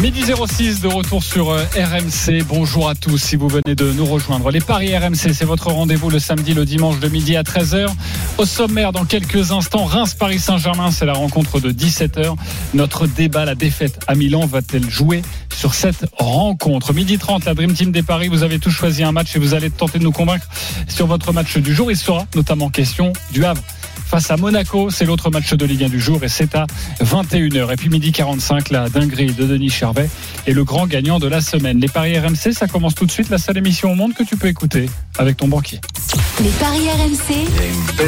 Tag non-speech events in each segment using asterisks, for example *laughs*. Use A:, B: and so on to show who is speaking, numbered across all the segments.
A: Midi 06 de retour sur euh, RMC. Bonjour à tous si vous venez de nous rejoindre. Les Paris RMC, c'est votre rendez-vous le samedi, le dimanche de midi à 13h. Au sommaire, dans quelques instants, Reims-Paris Saint-Germain, c'est la rencontre de 17h. Notre débat, la défaite à Milan, va-t-elle jouer sur cette rencontre Midi 30, la Dream Team des Paris, vous avez tous choisi un match et vous allez tenter de nous convaincre sur votre match du jour. Il sera notamment question du Havre face à Monaco. C'est l'autre match de Ligue 1 du jour et c'est à 21h. Et puis midi 45, la dinguerie de Denis Charvet et le grand gagnant de la semaine. Les Paris RMC, ça commence tout de suite, la seule émission au monde que tu peux écouter avec ton banquier.
B: les Paris RMC.
A: Les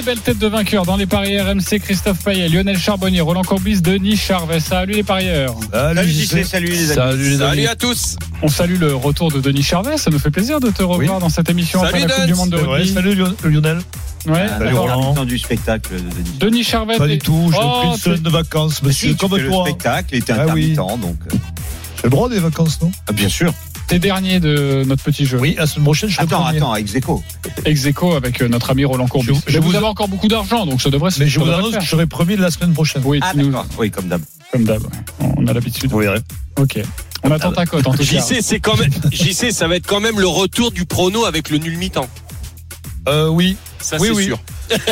A: belles têtes de vainqueurs dans les Paris RMC, Christophe Payet, Lionel Charbonnier, Roland Courbis, Denis Charvet. Salut les parieurs.
C: Salut Gisley, salut les amis.
D: Salut les amis.
C: à tous.
A: On salue le retour de Denis Charvet, ça nous fait plaisir de te revoir dans cette émission
C: Salut,
A: après la Coupe
C: Denis.
A: du Monde de
E: C'est vrai,
A: rugby.
E: salut Lion- Lionel.
A: Ouais,
C: Ah,
E: Salut
A: d'accord.
E: Roland.
C: Temps du spectacle de Denis.
F: Bah,
A: Denis Charvet.
E: Pas
A: t'es-
E: du tout, j'ai
A: Oh,
E: pris une semaine de vacances, monsieur,
C: Si, tu
E: comme
C: fais
E: toi.
C: Le spectacle il était
E: Ah oui.
C: intermittent, donc. euh,
E: J'ai le droit des vacances, non
F: Ah,
C: bien sûr.
A: T'es dernier de notre petit jeu.
E: Oui, la semaine prochaine, je suis
C: Attends,
E: premier.
C: attends, ex aequo.
A: ex aequo avec euh, notre ami Roland Courbis.
E: Je- je
A: Mais vous,
E: vous-
A: avez encore beaucoup d'argent, donc ça devrait se
E: Mais je
A: ça
E: vous
A: devrait
E: annonce
A: le
E: que je
A: faire.
E: serai premier de la semaine prochaine.
A: Oui,
C: Ah
A: tu nous-
C: d'accord. Oui, comme d'hab.
A: comme d'hab. On a l'habitude.
E: Vous verrez.
A: Ok. On attend ta cote en tout cas.
G: JC, c'est quand même, JC, ça va être quand même le retour du prono avec le nul mi-temps.
E: Euh, oui,
G: Ça,
E: Oui,
G: c'est
E: oui.
G: sûr.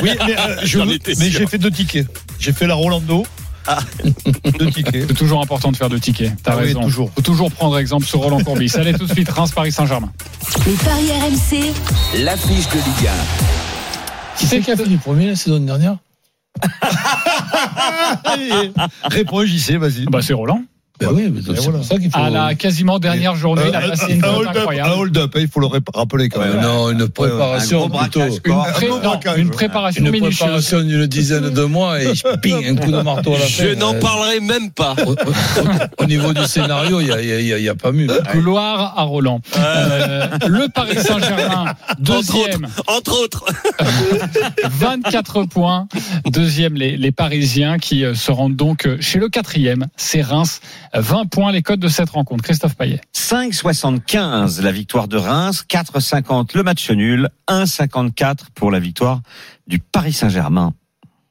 E: oui, mais
C: *laughs*
E: euh, je-
G: J'en étais
E: mais
G: sûr.
E: j'ai fait deux tickets. J'ai fait la Rolando.
C: Ah.
E: *laughs* Deux tickets.
A: C'est toujours important de faire deux tickets. T'as
E: Ah oui,
A: raison.
E: toujours.
A: Faut toujours prendre exemple sur Roland Courbis. Allez tout de suite, Reims, Paris, Saint-Germain.
B: Les Paris RMC.
D: L'affiche de Ligue
A: Qui c'est qui a fait
E: fini premier la saison dernière
C: Ah,
E: Réponds, JC, vas-y.
A: Bah, c'est Roland.
E: Ben oui, mais c'est pour ça qu'il
G: Ah,
A: À la quasiment dernière journée, il a passé une
E: Euh, Ah, un
A: cote
E: hold-up, un
A: incroyable.
E: hold-up, hein, il faut le ré- rappeler quand même.
H: Non, une
C: un
H: préparation
C: gros
H: plutôt.
C: braquage
A: Une,
C: corps.
A: pré-
E: Ah, Un beau
A: non,
E: braquage.
A: une préparation
H: Une
A: minutieuse.
H: préparation d'une dizaine de mois et ping, un coup de marteau à la fin.
G: Je n'en
H: Euh,
G: parlerai même pas.
H: Au, au- au niveau du scénario, il n'y a, il y a- il y a- il y a pas mieux.
A: Gloire à Roland. Euh, le Paris
E: *laughs*
A: Saint-Germain, deuxième.
G: Entre autres.
A: 24 points. Deuxième, les, les Parisiens qui euh, se rendent donc euh, chez le quatrième. C'est Reims. 20 points les codes de cette rencontre. Christophe Payet.
C: 5,75 la victoire de Reims, 4,50 le match nul, 1,54 pour la victoire du Paris Saint-Germain.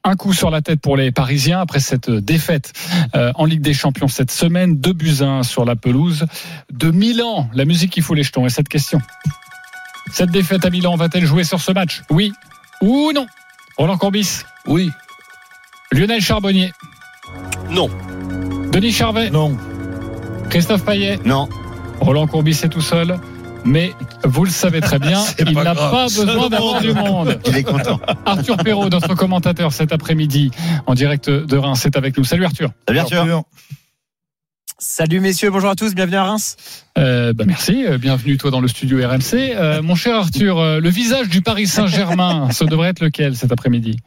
A: Un coup sur la tête pour les Parisiens après cette euh, défaite euh, en Ligue des Champions cette semaine. Deux buts à un sur la pelouse de Milan. La musique qui fout les jetons. Et cette question. Cette défaite à Milan va-t-elle jouer sur ce match Oui ou non Roland Corbis,
H: Oui,
A: Lionel Charbonnier,
G: Non.
A: Denis Charvet,
E: Non.
A: Christophe Payet,
C: Non,
A: Roland Courbis est tout seul. Mais vous le savez très
C: *laughs*
A: bien,
H: C'est
A: il
H: pas
A: n'a
H: grave.
A: pas
H: C'est
A: besoin d'avoir du monde.
C: il est content.
A: *laughs* Arthur Perrault, notre commentateur cet après-midi en direct de Reims, est avec nous. Salut Arthur.
C: Bien sûr.
F: Salut messieurs, bonjour à tous, bienvenue à Reims.
A: Euh, bah merci, euh, bienvenue toi dans le studio RMC. Euh, mon cher Arthur, euh, le visage du Paris *laughs* Saint-Germain, ce devrait être lequel cet après-midi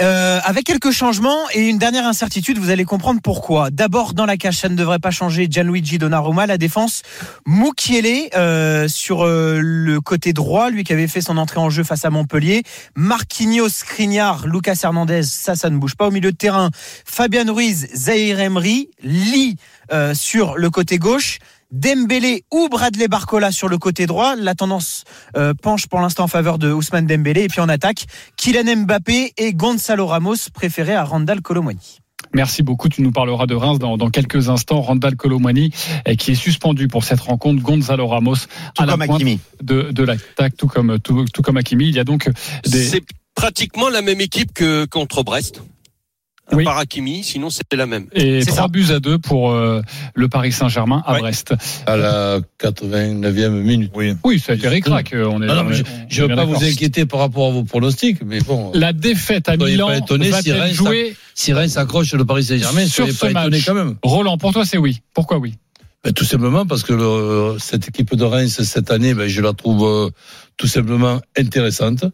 F: Euh, avec quelques changements et une dernière incertitude, vous allez comprendre pourquoi. D'abord, dans la cage, ça ne devrait pas changer. Gianluigi Donnarumma, la défense. Mukiele euh, sur euh, le côté droit, lui qui avait fait son entrée en jeu face à Montpellier. Marquinhos, Skriniar, Lucas Hernandez, ça, ça ne bouge pas. Au milieu de terrain, Fabian Ruiz, Zahir Emery, Lee euh, sur le côté gauche. Dembélé ou Bradley Barcola sur le côté droit. La tendance euh, penche pour l'instant en faveur de Ousmane Dembélé. Et puis en attaque, Kylian Mbappé et Gonzalo Ramos préférés à Randall Colomwani.
A: Merci beaucoup. Tu nous parleras de Reims dans, dans quelques instants. Randall Colomani, euh, qui est suspendu pour cette rencontre. Gonzalo Ramos à
C: Tout
A: la
C: comme
A: pointe
C: Hakimi.
A: de, de l'attaque, tout comme tout, tout comme Hakimi. Il y a donc des,
G: C'est pratiquement la même équipe que contre Brest. À
A: Oui.
G: part Hakimi, sinon c'était la même.
A: Et
F: C'est
A: 3
F: ça.
A: buts à 2 pour euh, le Paris Saint-Germain à
G: Ouais.
A: Brest.
H: à la 89e minute.
E: Oui.
A: Oui, ça a été ric-rac. euh, On est,
H: Non, non,
A: on
H: mais
A: est-
H: je-
A: on est
H: je ne
A: bien
H: veux pas vous
A: d'accord.
H: inquiéter par rapport à vos pronostics, mais bon,
A: La défaite à
H: Soyez
A: Milan
H: pas étonnés si
A: va-t-elle
H: Reims
A: jouer
H: si Rennes s'accroche le Paris Saint-Germain,
A: Sur
H: soyez
A: ce
H: pas étonnés
A: match.
H: quand même.
A: Roland, pour toi, c'est oui. Pourquoi oui
H: Ben, tout simplement parce que le- cette équipe de Reims, cette année, ben, je la trouve euh, tout simplement intéressante,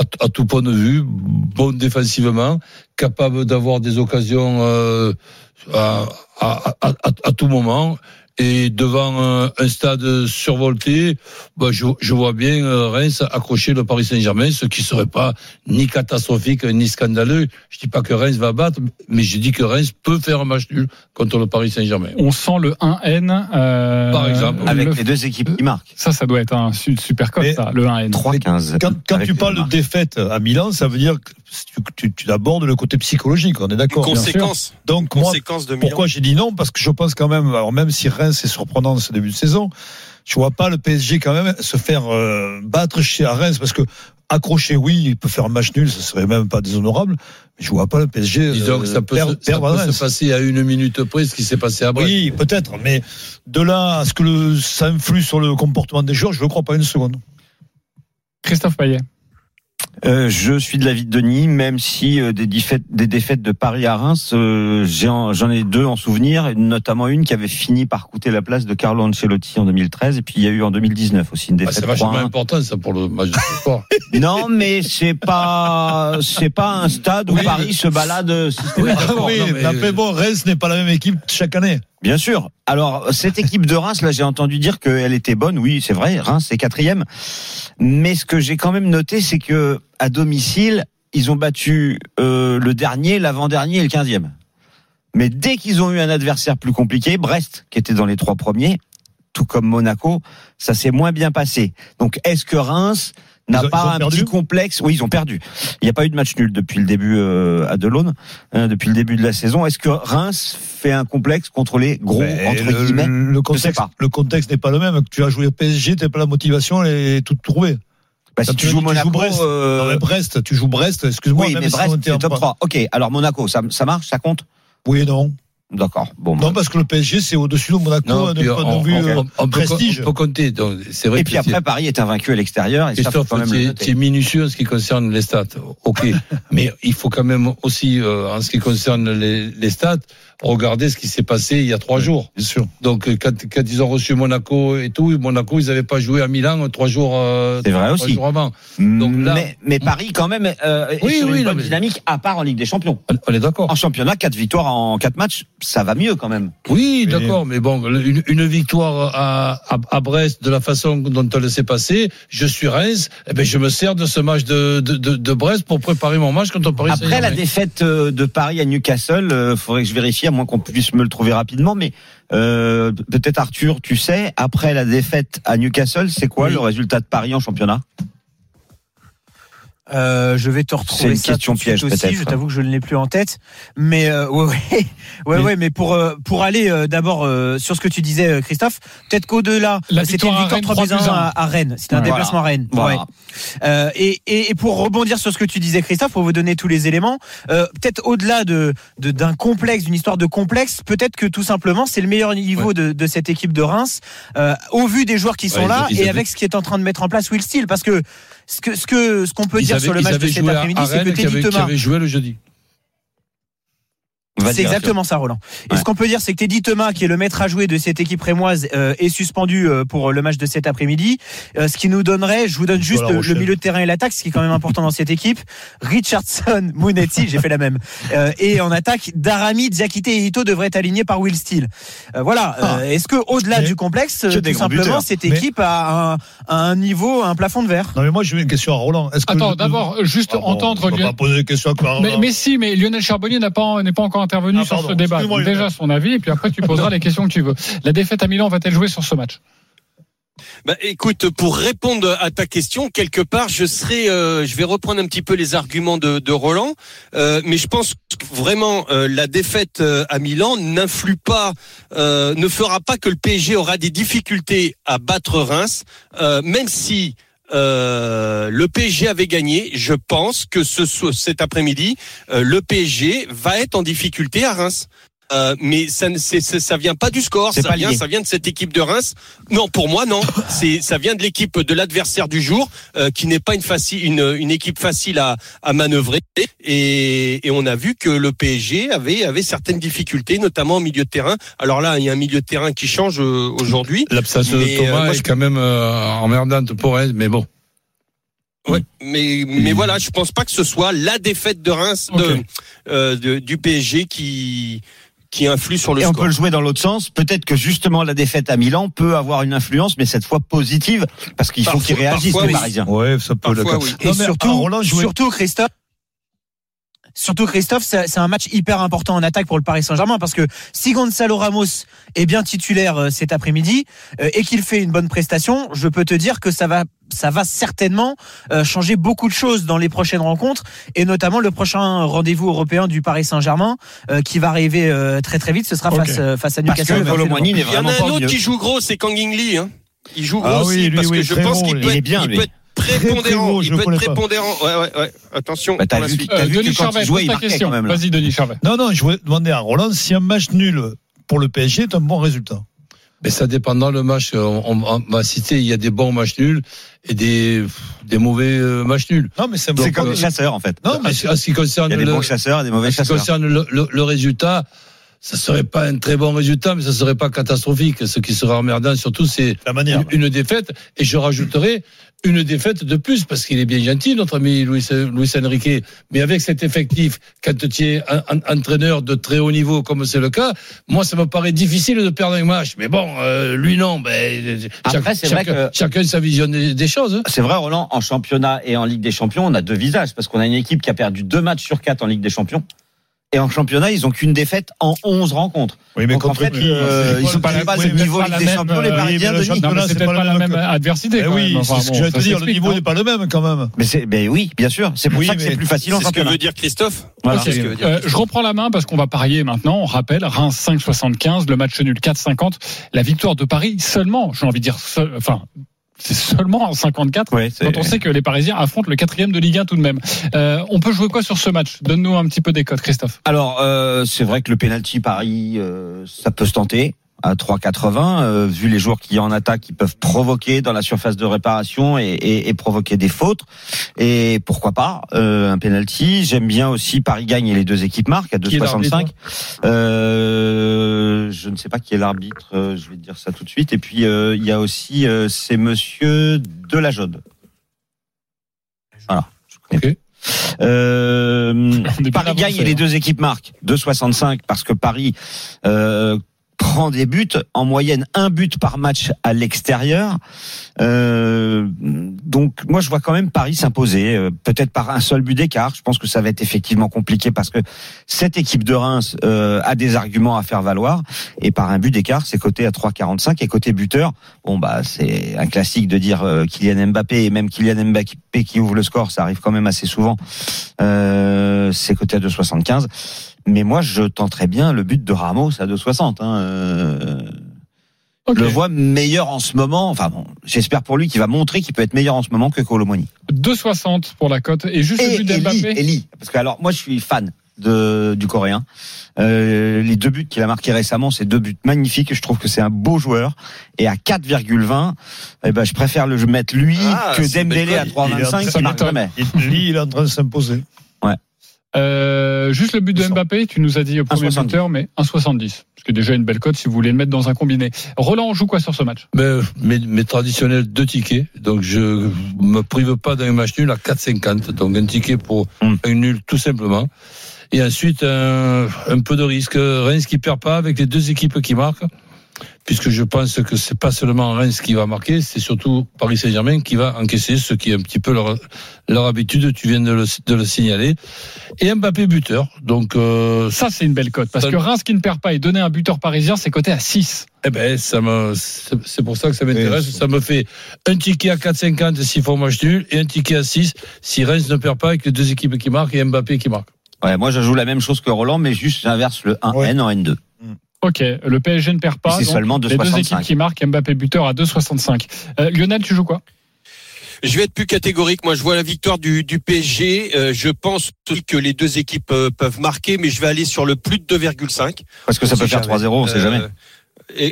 H: à, t- à tout point de vue, bonne défensivement, capable d'avoir des occasions euh, à, à- à- à- à tout moment. Et devant euh, un stade survolté, bah, je, je vois bien euh, Reims accrocher le Paris Saint-Germain, ce qui serait pas ni catastrophique ni scandaleux. Je dis pas que Reims va battre, mais je dis que Reims peut faire un match nul contre le Paris Saint-Germain.
A: On sent le 1N. euh,
H: Par exemple.
A: le-
C: Avec les deux équipes qui marquent.
A: Ça, ça doit être un su- super code,
E: Mais-
A: ça, le 1N.
C: 3-15.
E: Quand, quand
C: Avec
E: tu
C: les
E: parles
C: deux
E: de
C: marques.
E: défaite à Milan, ça veut dire que tu, tu- tu abordes le côté psychologique, on est d'accord.
G: Conséquence.
E: Donc moi,
G: Conséquence de Milan.
E: pourquoi j'ai dit non Parce que je pense quand même, alors même si Reims est surprenant ce début de saison, je vois pas le PSG quand même se faire euh, battre chez à Reims parce que accroché, oui, il peut faire un match nul, ce serait même pas déshonorable. Mais je vois pas le PSG euh,
H: Disons que ça peut,
E: perdre,
H: se, ça
E: perdre à
H: peut se
E: Reims.
H: passer à une minute près ce qui s'est passé à Brest.
E: Oui, peut-être, mais de là à ce que le- ça influe sur le comportement des joueurs, je ne le crois pas une seconde.
A: Christophe Payet.
C: Euh, je suis de l'avis de Denis, même si euh, des, défaites, des défaites de Paris à Reims, euh, j'ai en- j'en ai deux en souvenir, et notamment une qui avait fini par coûter la place de Carlo Ancelotti en 2013, et puis il y a eu en 2019 aussi une
H: Ah,
C: défaite
H: c'est vachement
C: 3-1.
H: important ça pour le match de
E: *laughs*
H: ce soir.
C: Non, mais c'est pas c'est pas un stade où
H: Oui.
C: Paris se balade
H: Oui,
C: systématiquement.
H: d'accord,
E: oui,
H: non,
E: mais,
H: mais-
E: après, bon, Reims n'est pas la même équipe chaque année.
C: Bien sûr. Alors cette équipe de Reims, là, j'ai entendu dire qu'elle était bonne. Oui, c'est vrai. Reims est quatrième. Mais ce que j'ai quand même noté, c'est que à domicile, ils ont battu euh, le dernier, l'avant-dernier et le quinzième. Mais dès qu'ils ont eu un adversaire plus compliqué, Brest, qui était dans les trois premiers, tout comme Monaco, ça s'est moins bien passé. Donc est-ce que Reims
E: Ils
C: n'a
E: ont- ils ont
C: pas un
E: perdu
C: petit complexe Oui, ils ont perdu. Il n'y a pas eu de match nul depuis le début euh, à Delaune, hein, depuis le début de la saison. Est-ce que Reims fait un complexe contre les gros
E: Mais
C: entre
E: le,
C: guillemets
E: le contexte,
C: pas.
E: le contexte n'est pas le même. Tu as joué au PSG, t'as pas la motivation, elle est toute trouvée.
C: Bah, Si
E: quand tu
C: tu joues
E: joues
C: Monaco,
E: Brest,
C: euh,
E: Non, mais Brest, tu joues Brest, excuse-moi.
C: oui,
E: même
C: mais
E: si
C: Brest
E: on était
C: c'est
E: en
C: top
E: point.
C: 3. Ok, alors Monaco, ça, ça marche, ça compte
E: Oui, non.
C: D'accord. Bon. bah,
E: Non, parce que le PSG, c'est au-dessus de Monaco,
H: Non,
E: à ne
H: puis
E: pas
H: on,
E: non vu
H: on-
E: euh,
H: on- on peut,
E: prestige.
H: on peut compter. donc C'est vrai
C: et
H: que
C: puis
H: c'est-
C: après, Paris est invaincu à l'extérieur. Et ça, faut
H: Christophe,
C: quand même le
H: tu es-
C: noter.
H: tu es minutieux en ce qui concerne les stats. Ok,
C: *laughs*
H: mais il faut quand même aussi, euh, en ce qui concerne les, les stats, regarder ce qui s'est passé il y a trois jours.
E: Bien sûr.
H: Donc euh, quand, quand ils ont reçu Monaco et tout, Monaco, ils n'avaient pas joué à Milan euh, trois jours. euh,
C: C'est vrai
H: trois
C: aussi.
H: jours avant.
C: Donc
H: Donc là-
C: Mm, mais, mais Paris, quand même, euh, est
H: Oui,
C: sur
H: oui,
C: une
H: non,
C: bonne
H: mais-
C: dynamique, à part en Ligue des Champions.
H: On- On est d'accord.
C: En championnat, quatre victoires en quatre matchs, ça va mieux quand même.
H: Oui, d'accord, mais bon, le- une, une victoire à, à, à Brest de la façon dont on le s'est passé, je suis Reims, eh ben je me sers de ce match de, de, de, de Brest pour préparer mon match contre Paris
C: Après la
H: Saint-Germain.
C: défaite euh, de Paris à Newcastle, euh, faudrait que je vérifie, à moins qu'on puisse me le trouver rapidement, mais euh, peut-être Arthur, tu sais, après la défaite à Newcastle, c'est quoi
H: Oui.
C: le résultat de Paris en championnat
F: Euh, je vais te retrouver
C: une
F: ça
C: question
F: tout de suite
C: piège,
F: aussi.
C: peut-être.
F: Je t'avoue que je ne l'ai plus en tête, mais euh, ouais, *laughs* ouais, ouais,
H: Mais-
F: ouais, mais pour euh, pour aller euh, d'abord euh, sur ce que tu disais, euh, Christophe, peut-être qu'au-delà,
A: La
F: euh, c'était
A: victoire
F: une
A: à
F: victoire
A: Rennes,
F: 3 buts
A: 1
F: à, à Rennes, c'était un
A: Voilà.
F: déplacement à Rennes.
C: Voilà.
F: Ouais. Euh, et, et, et pour rebondir sur ce que tu disais, Christophe, pour vous donner tous les éléments, euh, peut-être au-delà de de- d'un complexe, d'une histoire de complexe, peut-être que tout simplement c'est le meilleur niveau de, de cette équipe de Reims euh, au vu des joueurs qui sont
H: Ouais, ils-
F: là
H: ils
F: et
H: avaient-
F: avec ce qui est en train de mettre en place Will Steele, parce que ce que ce que ce qu'on peut
H: Ils
F: dire
H: avaient-
F: sur le
H: ils
F: match de
H: avaient
F: cet
H: joué à-
F: après-midi,
H: à
F: c'est que
H: Rennes qui
F: Teddy
H: avait- qui
F: Thomas.
H: avait joué le jeudi.
C: On va
E: hein,
F: C'est
C: dire,
F: exactement ça, Roland. Et
C: Ouais.
F: ce qu'on peut dire, c'est que Teddy Thomas, qui est le maître à jouer de cette équipe rémoise, euh, est suspendu euh, pour le match de cet après-midi. Euh, ce qui nous donnerait, je vous donne juste
E: La
F: le, le
E: Rochelle.
F: milieu de terrain et l'attaque, ce qui est quand même important dans cette équipe. Richardson, *laughs* Mounetti, j'ai fait la même. Euh, et en attaque, Darami, Diakité et Ito devraient être alignés par Will Steele. Euh, voilà.
E: Ah.
F: Euh, Est-ce que au-delà
E: Mais-
F: du complexe, euh,
E: que des
F: tout
E: grands
F: simplement,
E: buteurs.
F: cette
E: Mais-
F: équipe a un, a un niveau, un plafond de verre
E: Non, mais moi, j'ai une question à Roland. Est-ce que
A: Attends,
E: le-
A: d'abord, juste
E: Ah bon,
A: entendre
E: On va
A: Lionel-
E: pas poser des questions à Roland.
A: Mais, mais si, mais Lionel Charbonnier n'a pas, n'est pas encore intervenu
E: Ah,
A: sur
E: pardon,
A: ce débat.
E: excuse-moi,
A: Donc déjà
E: Lionel.
A: son avis, et puis après tu poseras les questions que tu veux. La défaite à Milan va-t-elle jouer sur ce match
G: Bah, écoute, pour répondre à ta question, quelque part, je serai, euh, je vais reprendre un petit peu les arguments de, de Roland, euh, mais je pense que vraiment euh, la défaite euh, à Milan n'influe pas, euh, ne fera pas que le PSG aura des difficultés à battre Reims, euh, même si. euh, le PSG avait gagné. Je pense que ce so- cet après-midi, euh, le PSG va être en difficulté à Reims. Euh, mais ça, ne- c'est- c'est- ça vient pas du score,
C: C'est
G: ça
C: pas
G: vient,
C: lié.
G: ça vient de cette équipe de Reims. Non, pour moi, non. C'est ça vient de l'équipe de l'adversaire du jour, euh, qui n'est pas une, faci- une, une équipe facile à, à manœuvrer. Et, et on a vu que le PSG avait, avait certaines difficultés, notamment au milieu de terrain. Alors là, il y a un milieu de terrain qui change euh, aujourd'hui.
H: L'absence de
G: Mais, euh,
H: Thomas
G: moi, je-
H: est quand même euh, emmerdante pour Reims, mais bon.
G: Mais, mais voilà, je pense pas que ce soit la défaite de Reims de,
A: Ok.
G: euh, de- du PSG qui qui influe sur le
C: Et on
G: score.
C: peut le jouer dans l'autre sens. Peut-être que justement la défaite à Milan peut avoir une influence, mais cette fois positive, parce qu'il faut
G: Parfois-
C: qu'ils réagissent
G: parfois,
C: les
G: oui.
C: Parisiens.
E: Ouais, ça peut.
G: Parfois,
E: d'accord.
G: oui.
E: Non,
F: Et
E: mais,
F: surtout,
E: ah, Roland, je voulais-
F: surtout Christophe. Surtout Christophe, c'est c'est un match hyper important en attaque pour le Paris Saint-Germain parce que si Gonzalo Ramos est bien titulaire euh, cet après-midi euh, et qu'il fait une bonne prestation, je peux te dire que ça va ça va certainement euh, changer beaucoup de choses dans les prochaines rencontres et notamment le prochain rendez-vous européen du Paris Saint-Germain euh, qui va arriver euh, très très vite, ce sera
E: Ok.
F: face euh, face à
C: Parce
F: Newcastle.
C: que
F: le 27 novembre.
C: Colomani n'est
G: Il y en
C: vraiment
G: a
C: pas
G: un
C: au
G: autre
C: milieu.
G: qui joue gros, c'est Kang In Lee. Hein. Il joue gros
E: Ah
G: aussi
E: oui, lui,
G: parce
E: oui,
G: que je
E: très
G: pense
E: bon,
G: qu'il
E: lui.
G: peut,
C: Il est
G: être-
C: bien,
G: il
C: lui.
G: peut être
E: très
G: prépondérant.
E: gros, je
G: il peut
E: le
G: être
E: connais pas.
G: prépondérant. Ouais, ouais, ouais. Attention.
C: Bah, t'as
G: pour la
C: vu
G: suite.
C: T'as
A: Euh,
C: vu que
A: Denis
C: quand il
A: Charvet,
C: jouait,
A: pose
C: il
A: ta
C: marquait
A: question.
C: quand même, là.
A: Vas-y, Denis Charvet.
E: Non, non, je voulais demander à Roland si un match nul pour le PSG est un bon résultat.
H: Mais ça dépendra le match. On, on- on va citer, il y a des bons matchs nuls et des, des mauvais euh, matchs nuls.
E: Non, mais c'est
C: C'est comme
E: euh,
C: les chasseurs en fait.
E: Non, mais
H: à, ce- à ce qui concerne
C: Il y a
H: le,
C: des bons chasseurs, et des mauvais
H: à ce qui
C: chasseurs.
H: concerne le, le- le résultat, ça serait pas un très bon résultat, mais ça serait pas catastrophique. Ce qui serait emmerdant surtout, c'est
E: la manière.
H: une, une défaite. Et je rajouterai une défaite de plus, parce qu'il est bien gentil, notre ami Luis, Luis Enrique. Mais avec cet effectif, quand tu es un, un- entraîneur de très haut niveau, comme c'est le cas, moi, ça me paraît difficile de perdre un match. Mais bon, euh, lui, non. Ben,
C: Après, c'est vrai
H: chacun-
C: que-
H: Chacun sa vision des, des choses. hein.
C: C'est vrai, Roland, en championnat et en Ligue des Champions, on a deux visages parce qu'on a une équipe qui a perdu deux matchs sur quatre en Ligue des Champions. Et en championnat, ils ont qu'une défaite en 11 rencontres.
E: Oui, mais
C: Donc, en
E: contre
C: fait, euh,
E: c'est
C: ils sont
E: quoi
C: pas
E: le-
C: pas
E: oui,
C: le
E: mais
C: niveau
E: pas
C: Ligue
E: la
C: des
E: même,
C: Champions, les
E: euh,
C: Parisiens,
E: oui, mais le
C: Denis.
A: Non, mais
E: championnat,
A: c'est
E: c'est
A: peut-être
E: pas
A: pas la même
E: que-
A: adversité.
E: Eh
A: quand
E: oui,
A: même. Enfin,
E: c'est ce que
A: bon,
E: je viens de
A: ça
E: te dire. Le
A: s'explique,
E: niveau
A: non
E: n'est pas le même quand même.
C: Mais c'est, ben oui, bien sûr. C'est pour
E: Oui,
C: ça que
E: mais
C: c'est plus facile en
G: C'est ce que
C: championnat.
G: veut dire Christophe.
C: Voilà.
G: C'est ce que veut dire
A: Euh, je reprends la main parce qu'on va parier maintenant. On rappelle, Reims 5,75, le match nul 4,50, la victoire de Paris seulement, j'ai envie de dire, seul- enfin, c'est seulement en 54.
C: Ouais, c'est-
A: Quand on sait que les Parisiens affrontent le quatrième de Ligue 1 tout de même. Euh, on peut jouer quoi sur ce match Donne-nous un petit peu des codes, Christophe.
C: Alors, euh, c'est vrai que le penalty Paris, euh, ça peut se tenter à 3,80. euh, vu les joueurs qui en attaque, ils peuvent provoquer dans la surface de réparation et, et- et provoquer des fautes. Et pourquoi pas euh, un penalty. J'aime bien aussi Paris gagne et les deux équipes marquent à
H: Qui est l'arbitre
C: 2,65. Euh, je ne sais pas qui est l'arbitre. euh, je vais te dire ça tout de suite. Et puis euh, il y a aussi euh, c'est Monsieur Delajaude. Voilà. Je connais
H: Ok.
C: pas. Euh,
A: *laughs* On est hein. pas
C: Paris
A: là pour
C: gagne
A: faire.
C: et les deux équipes marquent 2,65 parce que Paris euh, prend des buts en moyenne un but par match à l'extérieur. Euh, donc moi je vois quand même Paris s'imposer euh, peut-être par un seul but d'écart. Je pense que ça va être effectivement compliqué parce que cette équipe de Reims euh, a des arguments à faire valoir et par un but d'écart c'est coté à 3,45 et côté buteur bon bah c'est un classique de dire euh, Kylian Mbappé et même Kylian Mbappé qui ouvre le score ça arrive quand même assez souvent euh, c'est coté à 2,75. Mais moi, je tenterais bien le but de Ramos à 2,60. Hein. Euh,
A: Ok.
C: Je le vois meilleur en ce moment. Enfin bon, j'espère pour lui qu'il va montrer qu'il peut être meilleur en ce moment que Colomoni.
A: 2,60 pour la cote et juste
C: Et
A: le but
C: Eli,
A: d'Mbappé.
C: Eli. parce que alors moi, je suis fan de, du Coréen. Euh, les deux buts qu'il a marqués récemment, c'est deux buts magnifiques. Je trouve que c'est un beau joueur. Et à 4,20, eh ben, je préfère le mettre lui
G: Ah,
C: que
G: c'est
C: Dembélé à
G: belle.
C: 3,25
A: Ça
C: qui marque
A: m'étonne.
C: jamais.
E: Il- Lee, il est en train de s'imposer.
A: Euh, juste le but de
C: 200.
A: Mbappé, tu nous as dit au premier
C: 1,70.
A: buteur, mais 1,70. Ce qui est déjà une belle cote si vous voulez le mettre dans un combiné. Roland, on joue quoi sur ce match
H: Mais, Ben, mes, mes traditionnels, deux tickets. Donc, je me prive pas d'un match nul à 4,50. Donc, un ticket pour
C: Mm.
H: un nul, tout simplement. Et ensuite, un, un peu de risque. Reims qui perd pas avec les deux équipes qui marquent. Puisque je pense que c'est pas seulement Reims qui va marquer, c'est surtout Paris Saint-Germain qui va encaisser, ce qui est un petit peu leur, leur habitude, tu viens de le, de le signaler. Et Mbappé buteur. Donc, euh,
A: Ça, c'est une belle cote parce
H: Ça-
A: que Reims qui ne perd pas et donner un buteur parisien, c'est coté à 6.
H: Eh ben, ça me, c'est c'est pour ça que ça m'intéresse.
E: Oui, Eh, c'est-
H: Ça me fait un ticket à 4,50 si font match nul et un ticket à 6 si Reims ne perd pas avec les deux équipes qui marquent et Mbappé qui marque.
C: Ouais, moi, je joue la même chose que Roland, mais juste j'inverse le 1N en N2.
A: Ok, le PSG ne perd pas.
C: C'est
A: donc
C: seulement
A: les deux
C: 2,65.
A: équipes qui marquent, Mbappé buteur à 2,65. Euh, Lionel, tu joues quoi
G: Je vais être plus catégorique. Moi, je vois la victoire du, du PSG. Euh, je pense aussi que les deux équipes euh, peuvent marquer, mais je vais aller sur le plus de 2,5.
C: Parce que ça
G: On
C: peut
G: sait
C: faire
G: jamais.
C: 3-0, on sait
G: Euh,
C: jamais.
G: e-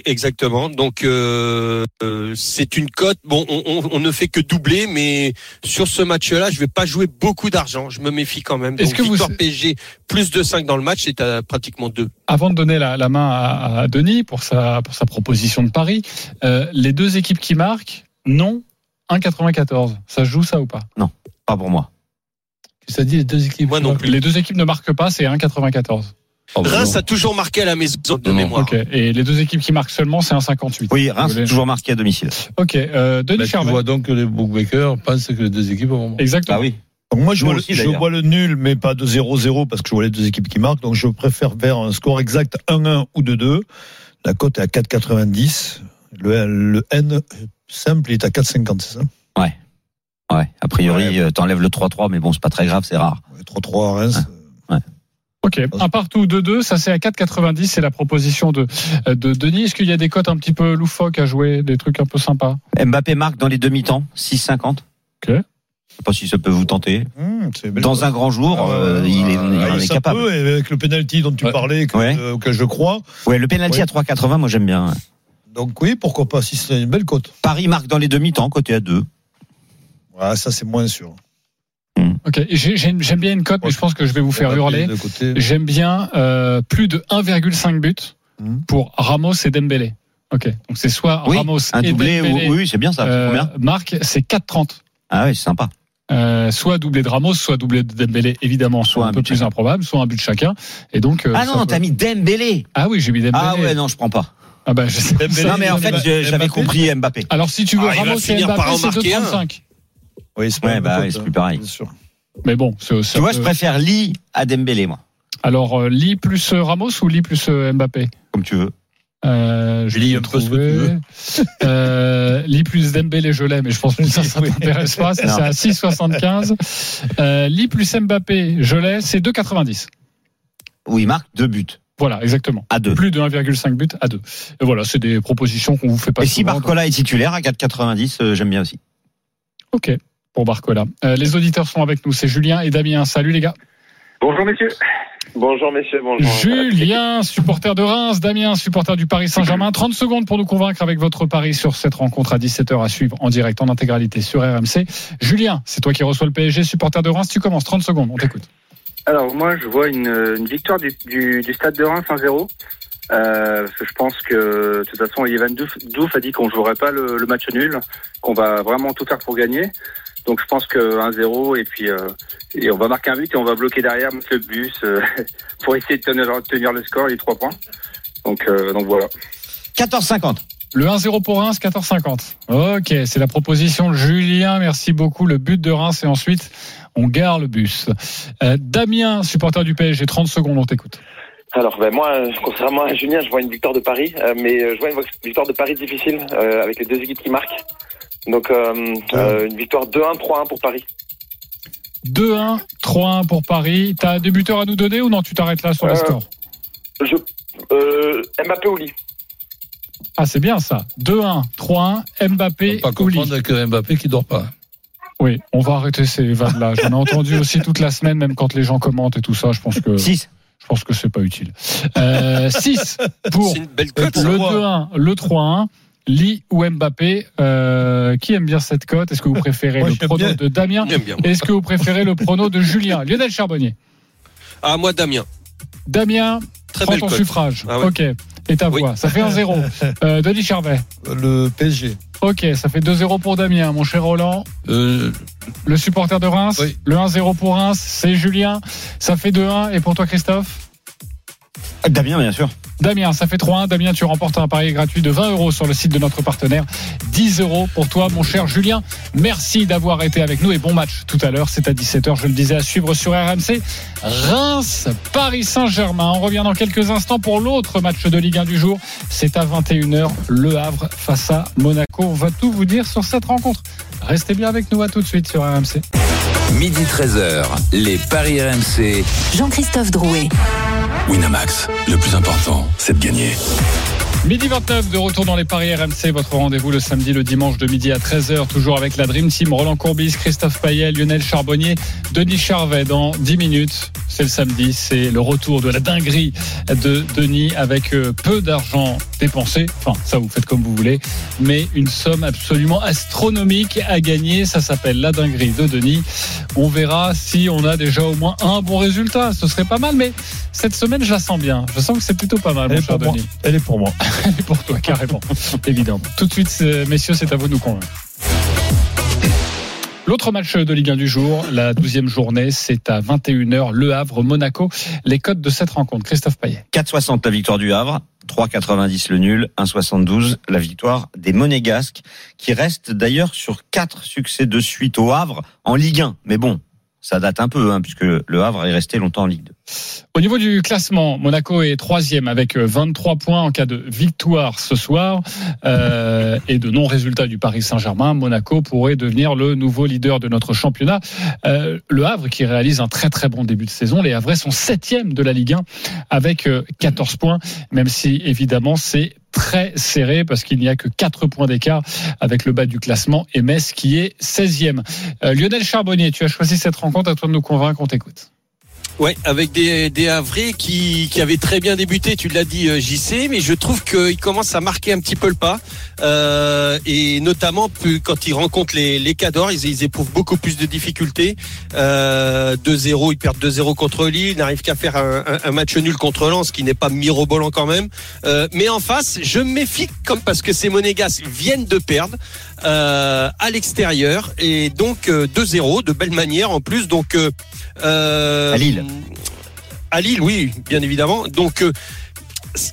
G: Exactement. Donc euh, euh, c'est une cote. Bon, on, on- on ne fait que doubler, mais sur ce match-là, je vais pas jouer beaucoup d'argent. Je me méfie quand même.
A: Est-ce
G: Donc
A: que vous-
G: victoire PSG plus de 5 dans le match, c'est à pratiquement 2.
A: Avant de donner la, la main à, à Denis pour sa, pour sa proposition de Paris, euh, les deux équipes qui marquent, non, 1,94. Ça se joue ça ou pas
C: Pas pour moi.
H: Ça dit les deux équipes.
G: Moi
H: qui
G: non
H: marquent.
G: plus.
A: Les deux équipes ne marquent pas, c'est 1,94.
H: Oh, bah,
G: Reims
H: non.
G: a toujours marqué à la maison de
H: Non,
G: mémoire.
A: Ok. Et les deux équipes qui marquent seulement, c'est 1,58.
C: Oui, Reims
A: Désolé.
C: toujours marqué à domicile.
A: Ok. Euh, Denis
H: Bah, tu
A: Charvet.
H: vois donc que les bookmakers pensent que les deux équipes vont.
A: Exactement.
G: Ah
C: Bah oui.
E: Donc moi, je,
C: Nous
E: vois,
C: aussi,
E: le, je
C: d'ailleurs.
E: vois le nul, mais pas de 0-0 parce que je vois les deux équipes qui marquent. Donc je préfère vers un score exact 1-1 ou 2-2. La cote est à 4,90. Le, le N simple est à 4,50, c'est ça
C: Ouais, a priori, euh, t'enlèves le 3-3, mais bon, c'est pas très grave, c'est rare.
E: Ouais, 3-3 à Reims.
A: Ok. Un partout 2-2, ça c'est à 4,90. C'est la proposition de, euh, de Denis. Est-ce qu'il y a des cotes un petit peu loufoques à jouer, des trucs un peu sympas
C: Mbappé marque dans les demi-temps, 6-50.
A: Ok.
C: Je sais pas si ça peut vous tenter.
E: Hum, c'est belle
C: Ah. Dans un grand jour,
E: Ah ouais,
C: euh,
E: ouais,
C: il est,
E: ouais,
C: il
E: ouais,
C: en est
E: ça
C: capable.
E: peut, et avec le penalty dont tu
H: Ouais.
E: parlais, que,
C: Ouais.
E: euh, que je crois.
C: Ouais, le penalty
E: Ouais.
C: à 3,80, moi j'aime bien. ouais.
E: Donc oui, pourquoi pas, si c'est une belle cote.
C: Paris marque dans les demi-temps, côté à 2.
E: Ouais, ça, c'est moins sûr.
A: Ok. J'ai- j'ai- J'aime bien une cote, mais je pense que je vais vous faire
E: Mbappé
A: hurler.
E: de côté.
A: J'aime bien euh, plus de 1,5 buts
E: Mhm.
A: pour Ramos et Dembélé. Ok. Donc c'est soit
C: Hmm. Oui,
A: Ah, Ramos
C: Un
A: et
C: doublé,
A: Dembélé.
C: ou- oui, c'est bien ça.
A: euh,
C: c'est Combien
A: Marc, c'est 4,30.
C: Ah oui, c'est sympa.
A: Euh, soit doublé de Ramos, soit doublé de Dembélé, évidemment, soit,
C: Soit
A: un
C: un
A: peu
C: but
A: plus improbable, soit un but chacun. Et donc, euh,
C: Ah
A: ça
C: non,
A: peut-
C: t'as mis Dembélé.
A: ah oui, j'ai mis Dembélé.
C: Ah ouais, non, je prends pas.
A: Ah bah, je sais pas.
E: Dembélé.
C: Non, mais en fait,
E: Mbappé.
C: je- j'avais compris Mbappé.
A: Alors si tu veux
G: Ah, il va
A: Ramos et
G: finir par
A: Mbappé,
G: en
A: c'est
G: marquer un.
A: 2,35.
E: Oui, c'est pas
C: Ouais,
E: une
C: bah
E: cote,
C: oui, c'est
E: hein,
C: plus pareil.
E: bien sûr.
A: Mais bon, c'est ça
C: Tu vois,
A: peut-
C: je préfère Lee à Dembélé, moi,
A: Alors euh, Lee plus euh, Ramos ou Lee plus euh, Mbappé
C: comme tu veux.
A: euh, je
H: Lee,
A: vais
H: un peu ce que
A: trouver.
H: tu veux.
A: *laughs* euh, Lee plus Dembélé, je l'ai, mais je pense que
G: *laughs*
A: ça, ça t'intéresse pas. Ça,
C: Non.
A: c'est à 6,75. Euh, Lee plus Mbappé, je l'ai, c'est 2,90.
C: Où il marque deux buts
A: Voilà, exactement.
C: à 2.
A: Plus de 1,5 buts à 2. Et voilà, c'est des propositions qu'on vous fait pas
C: Et si
A: souvent, donc-
C: Barcola est titulaire à 4,90, euh, j'aime bien aussi.
A: Ok, pour Barcola. Euh, les auditeurs sont avec nous, c'est Julien et Damien. Salut les gars.
I: Bonjour messieurs. Bonjour messieurs, bonjour.
A: Julien, supporter de Reims, Damien, supporter du Paris Saint-Germain. 30 secondes pour nous convaincre avec votre pari sur cette rencontre à 17h à suivre en direct, en intégralité sur RMC. Julien, c'est toi qui reçois le PSG, supporter de Reims. Tu commences, 30 secondes, on t'écoute.
I: Alors moi je vois une, une victoire du, du, du stade de Reims 1-0. Euh, parce que je pense que de toute façon Yvan Douf, Douf a dit qu'on jouerait pas le, le match nul, qu'on va vraiment tout faire pour gagner. Donc je pense que 1-0 et puis euh, et on va marquer un but et on va bloquer derrière le bus euh, pour essayer de tenir, tenir le score les trois points. Donc euh, donc voilà.
C: 14,50.
A: Le 1-0 pour Reims, 14-50. Ok, c'est la proposition de Julien. Merci beaucoup. Le but de Reims et ensuite, on gare le bus. Euh, Damien, supporter du PSG, 30 secondes, on t'écoute.
I: Alors ben moi, euh, contrairement à Julien, je vois une victoire de Paris, euh, mais euh, je vois une victoire de Paris difficile euh, avec les deux équipes qui marquent. Donc euh,
A: Ah.
I: euh, une victoire 2-1, 3-1 pour Paris.
A: 2-1, 3-1 pour Paris. T'as des buteurs à nous donner ou non Tu t'arrêtes là sur le
I: Euh,
A: score
I: Je, euh, Mbappé ou Lee
A: Ah, c'est bien ça. 2-1, 3-1,
H: Faut
A: Mbappé,
H: pas
A: Oli.
H: comprendre que Mbappé qui dort pas.
A: Oui, on va arrêter ces vannes-là. J'en ai entendu aussi toute la semaine, même quand les gens commentent et tout ça. Je pense que
C: 6.
A: je pense que c'est pas utile. Euh, 6 pour
G: C'est une belle
A: le
G: cote. ça.
A: 2-1, le 3-1. Lee ou Mbappé, euh, qui aime bien cette cote Est-ce que vous préférez
E: Moi,
A: le
E: j'aime
A: prono
E: bien.
A: de Damien
G: J'aime bien.
A: Est-ce que vous préférez le prono de Julien Lionel Charbonnier.
G: Ah, moi, Damien.
A: Damien,
G: Très
A: prends
G: belle
A: ton
G: cote.
A: suffrage.
G: Ah ouais.
A: Ok. Et ta
G: Oui.
A: voix. Ça
E: *laughs*
A: fait 1-0. Euh, Denis Charvet.
E: Le PSG.
A: Ok, ça fait 2-0 pour Damien, mon cher Roland.
H: Euh,
A: Le supporter de Reims,
H: Oui.
A: le 1-0 pour Reims, c'est Julien. Ça fait 2-1. Et pour toi, Christophe
C: Ah, Damien, bien sûr.
A: Damien, ça fait 3-1. Damien, tu remportes un pari gratuit de 20 euros sur le site de notre partenaire. 10 euros pour toi, mon cher Julien. Merci d'avoir été avec nous et bon match tout à l'heure. C'est à 17h, je le disais, à suivre sur RMC. Reims, Paris Saint-Germain. On revient dans quelques instants pour l'autre match de Ligue 1 du jour. C'est à 21h, Le Havre face à Monaco. On va tout vous dire sur cette rencontre. Restez bien avec nous. À tout de suite sur RMC.
D: Midi 13h, les Paris RMC.
B: Jean-Christophe Drouet.
J: Winamax, le plus important, c'est de gagner.
A: Midi 29 de retour dans les Paris RMC, votre rendez-vous le samedi, le dimanche de midi à 13h, toujours avec la Dream Team, Roland Courbis, Christophe Payet, Lionel Charbonnier, Denis Charvet dans 10 minutes. C'est le samedi, c'est le retour de la dinguerie de Denis avec euh, peu d'argent dépensé. Enfin, ça vous faites comme vous voulez, mais une somme absolument astronomique à gagner. Ça s'appelle la dinguerie de Denis. On verra si on a déjà au moins un bon résultat. Ce serait pas mal, mais cette semaine, je la sens bien. Je sens que c'est plutôt pas mal,
E: Elle
A: mon
E: est
A: cher
E: pour moi.
A: Denis.
E: Elle est pour moi.
A: Et *laughs* pour toi, carrément. Évidemment. Tout de suite, euh, messieurs, c'est à vous de nous convaincre. L'autre match de Ligue 1 du jour, la 12e journée, c'est à 21h, Le Havre, Monaco. Les codes de cette rencontre, Christophe Payet.
C: 4,60 la victoire du Havre, 3,90 le nul, 1,72 la victoire des Monégasques, qui restent d'ailleurs sur quatre succès de suite au Havre en Ligue 1. Mais bon, ça date un peu, hein, puisque le Havre est resté longtemps en Ligue 2.
A: Au niveau du classement, Monaco est troisième avec 23 points en cas de victoire ce soir euh, et de non-résultat du Paris Saint-Germain. Monaco pourrait devenir le nouveau leader de notre championnat. Euh, le Havre qui réalise un très très bon début de saison. Les Havrais sont septième de la Ligue 1 avec euh, 14 points, même si évidemment c'est très serré parce qu'il n'y a que 4 points d'écart avec le bas du classement et Metz qui est 16e. Euh, Lionel Charbonnier, tu as choisi cette rencontre, à toi de nous convaincre, on t'écoute.
G: Ouais, avec des, des Havrais qui, qui avaient très bien débuté, tu l'as dit euh, JC, mais je trouve qu'ils commencent à marquer un petit peu le pas. Euh, et notamment plus, quand ils rencontrent les, les Cadors, ils, ils éprouvent beaucoup plus de difficultés. Euh, 2-0, ils perdent 2-0 contre Lille, ils n'arrivent qu'à faire un, un- un match nul contre Lens, qui n'est pas mirobolant quand même. Euh, mais en face, je me méfie comme parce que ces Monégas viennent de perdre euh, à l'extérieur. Et donc euh, 2-0, de belle manière en plus. Donc euh, euh,
C: À Lille.
G: À Lille, oui, bien évidemment. Donc, euh,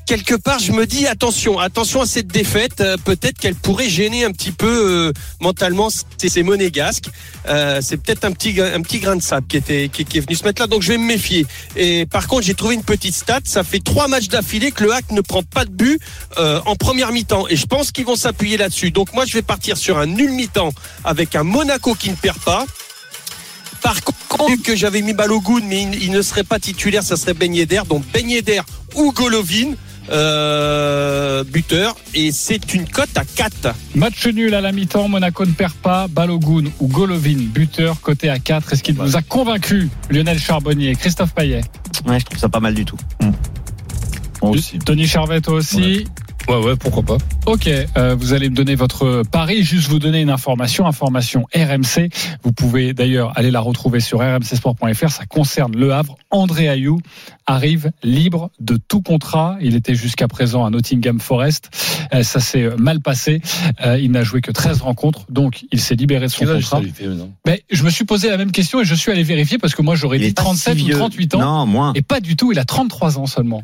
G: quelque part, je me dis attention, attention à cette défaite. Euh, peut-être qu'elle pourrait gêner un petit peu euh, mentalement ces, ces monégasques. Euh, c'est peut-être un petit, gra- un petit grain de sable qui, était, qui, qui est venu se mettre là. Donc, je vais me méfier. Et par contre, j'ai trouvé une petite stat. Ça fait trois matchs d'affilée que le Hack ne prend pas de but euh, en première mi-temps. Et je pense qu'ils vont s'appuyer là-dessus. Donc, moi, je vais partir sur un nul mi-temps avec un Monaco qui ne perd pas. Par contre, que j'avais mis Balogun, mais il, il ne serait pas titulaire, ça serait Ben Yedder. Donc Ben Yedder ou Golovin, euh, buteur. Et c'est une cote à 4.
A: Match nul à la mi-temps, Monaco ne perd pas, Balogun ou Golovin, buteur, côté à 4. Est-ce qu'il nous a convaincu, Lionel Charbonnier, Christophe Payet
C: Ouais, je trouve ça pas mal du tout.
E: Moi aussi.
A: Tony Charvet, toi aussi
H: Ouais, ouais, pourquoi pas.
A: Ok, euh, vous allez me donner votre pari, juste vous donner une information, information RMC. Vous pouvez d'ailleurs aller la retrouver sur rmcsport.fr, ça concerne Le Havre. André Ayou arrive libre de tout contrat. Il était jusqu'à présent à Nottingham Forest. Euh, ça s'est mal passé. Euh, il n'a joué que 13 rencontres, donc il s'est libéré de son
H: Quel âge
A: contrat.
H: ça lui fait maintenant
A: Mais je me suis posé la même question et je suis allé vérifier parce que moi j'aurais dit
C: est pas
A: 37
C: si
A: ou
C: vieux.
A: 38 ans.
C: Non, moins.
A: *laughs* Et pas du tout, il a 33 ans seulement.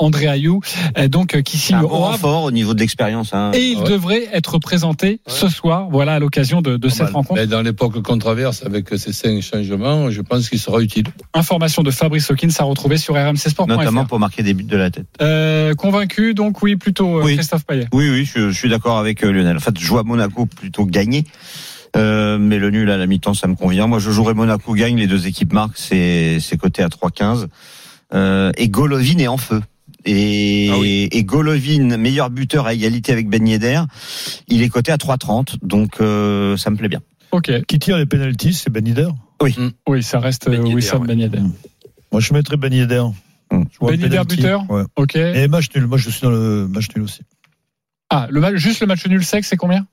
A: André Ayou, euh, donc euh, qui
C: C'est
A: signe
C: un
A: au
C: Ah, bon
A: Havre.
C: renfort au niveau de l'expérience. hein.
A: Et il
H: Ouais.
A: devrait être présenté ce soir, voilà, à l'occasion de, de
H: Pas
A: cette
H: mal.
A: rencontre.
H: Mais dans l'époque qu'on traverse avec ces cinq changements, je pense qu'il sera utile.
A: Information de Fabrice Hawkins à retrouver sur rmcsport.fr.
C: Notamment pour marquer des buts de la tête.
A: Euh, convaincu, donc oui, plutôt euh,
C: Oui.
A: Christophe Payet.
C: Oui, oui, je, je suis d'accord avec euh, Lionel. En fait, je vois Monaco plutôt gagner. Euh, mais le nul à la mi-temps, ça me convient. Moi, je jouerais Monaco gagne, les deux équipes marquent, c'est c'est coté à 3-15. Euh, et Golovin est en feu. Et,
G: Ah
C: et Golovin, meilleur buteur à égalité avec Ben Yedder, il est coté à 3-30, donc euh, ça me plaît bien.
A: Ok,
E: Qui tire les pénalties, c'est Ben Yedder.
A: oui, ça reste
G: Ben
A: euh,
G: Yedder,
A: Wissam
G: ouais.
A: Ben Yedder.
E: Moi, je mettrais Ben Yedder.
C: Hmm.
E: Je vois
A: Ben
E: un
A: Yedder,
E: penalty.
A: buteur
E: Ouais.
A: Ok.
E: Et match nul. Moi, je suis dans le match nul aussi.
A: Ah, le mal, juste le match nul sec, c'est combien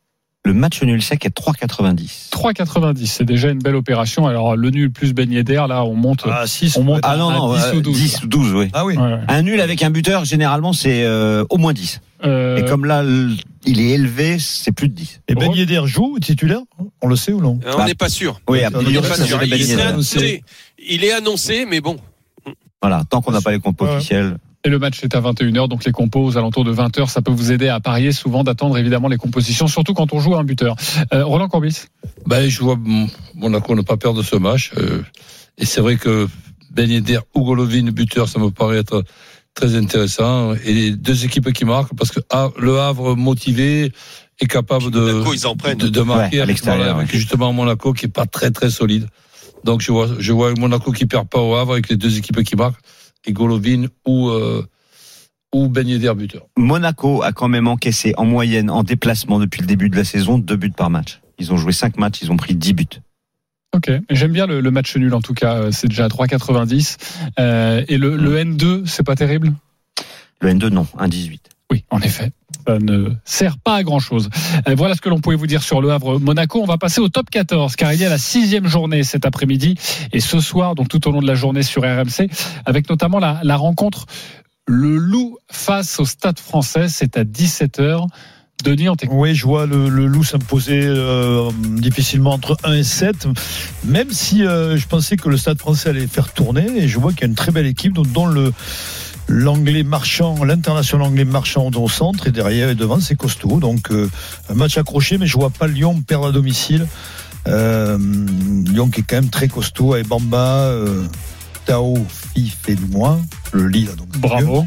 C: Le match nul sec est 3,90.
A: 3,90. C'est déjà une belle opération. Alors, le nul plus Ben Yedder, là, on monte.
E: Ah, 6.
A: on monte
C: Ah non,
A: à
C: non,
A: 10
C: euh,
A: ou 12.
C: 10 ou 12, oui.
E: Ah oui.
A: Ouais, ouais.
C: Un nul avec un buteur, généralement, c'est euh, au moins 10.
A: Euh,
C: Et comme là, le- il est élevé, c'est plus de 10.
E: Et Ben
A: Re-
E: Yedder joue titulaire On le sait ou non
G: on
C: Bah,
G: n'est pas sûr.
C: Oui,
E: On
A: Euh,
C: après,
E: est
G: On n'est
E: sûr,
G: pas
E: ça
G: sûr.
E: serait
G: Il,
E: Ben
G: est
E: Yedder.
G: annoncé, il est annoncé, mais bon.
C: Voilà, tant qu'on n'a pas les comptes
E: Ouais.
C: officiels.
A: Et le match est à 21h, donc les compos aux alentours de 20h, ça peut vous aider à parier, souvent d'attendre évidemment les compositions, surtout quand on joue à un buteur. Euh, Roland Corbis
H: Ben, je vois mon- Monaco ne pas perdre ce match. euh, et c'est vrai que Ben Yedder ou Golovin, buteur, ça me paraît être très intéressant. Et les deux équipes qui marquent, parce que Ha- le Havre motivé est capable de,
G: Monaco, ils en prennent.
H: de, de marquer
C: Ouais, à
H: avec-
C: l'extérieur,
H: voilà, avec
C: ouais.
H: justement Monaco qui est pas très très solide. Donc je vois, je vois Monaco qui perd pas au Havre avec les deux équipes qui marquent et Golovin ou euh, ou Ben Yedder buteur.
C: Monaco a quand même encaissé en moyenne en déplacement depuis le début de la saison deux buts par match. Ils ont joué cinq matchs, ils ont pris 10 buts.
A: Ok, j'aime bien le, le match nul en tout cas, euh, c'est déjà à 3,90. Euh, et le, le N2, c'est pas terrible
C: Le N2 non, 1-18.
A: Oui, en effet. Ça ne sert pas à grand chose. voilà ce que l'on pouvait vous dire sur Le Havre Monaco. On va passer au top 14 car il y a la sixième journée cet après-midi et ce soir, donc tout au long de la journée sur RMC, avec notamment la, la rencontre Le Loup face au Stade français. C'est à 17h. Denis, on t'écoute.
H: Oui, je vois le, le loup s'imposer euh, difficilement entre 1 et 7, même si euh, je pensais que le Stade français allait faire tourner, et je vois qu'il y a une très belle équipe dont, dont le l'anglais marchand, l'international anglais marchand au centre, et derrière et devant, c'est costaud. Donc, euh, un match accroché, mais je vois pas Lyon perdre à domicile. Euh, Lyon qui est quand même très costaud, avec Bamba, euh, Tao, Fif et Noir, le Lille. Donc,
A: Bravo.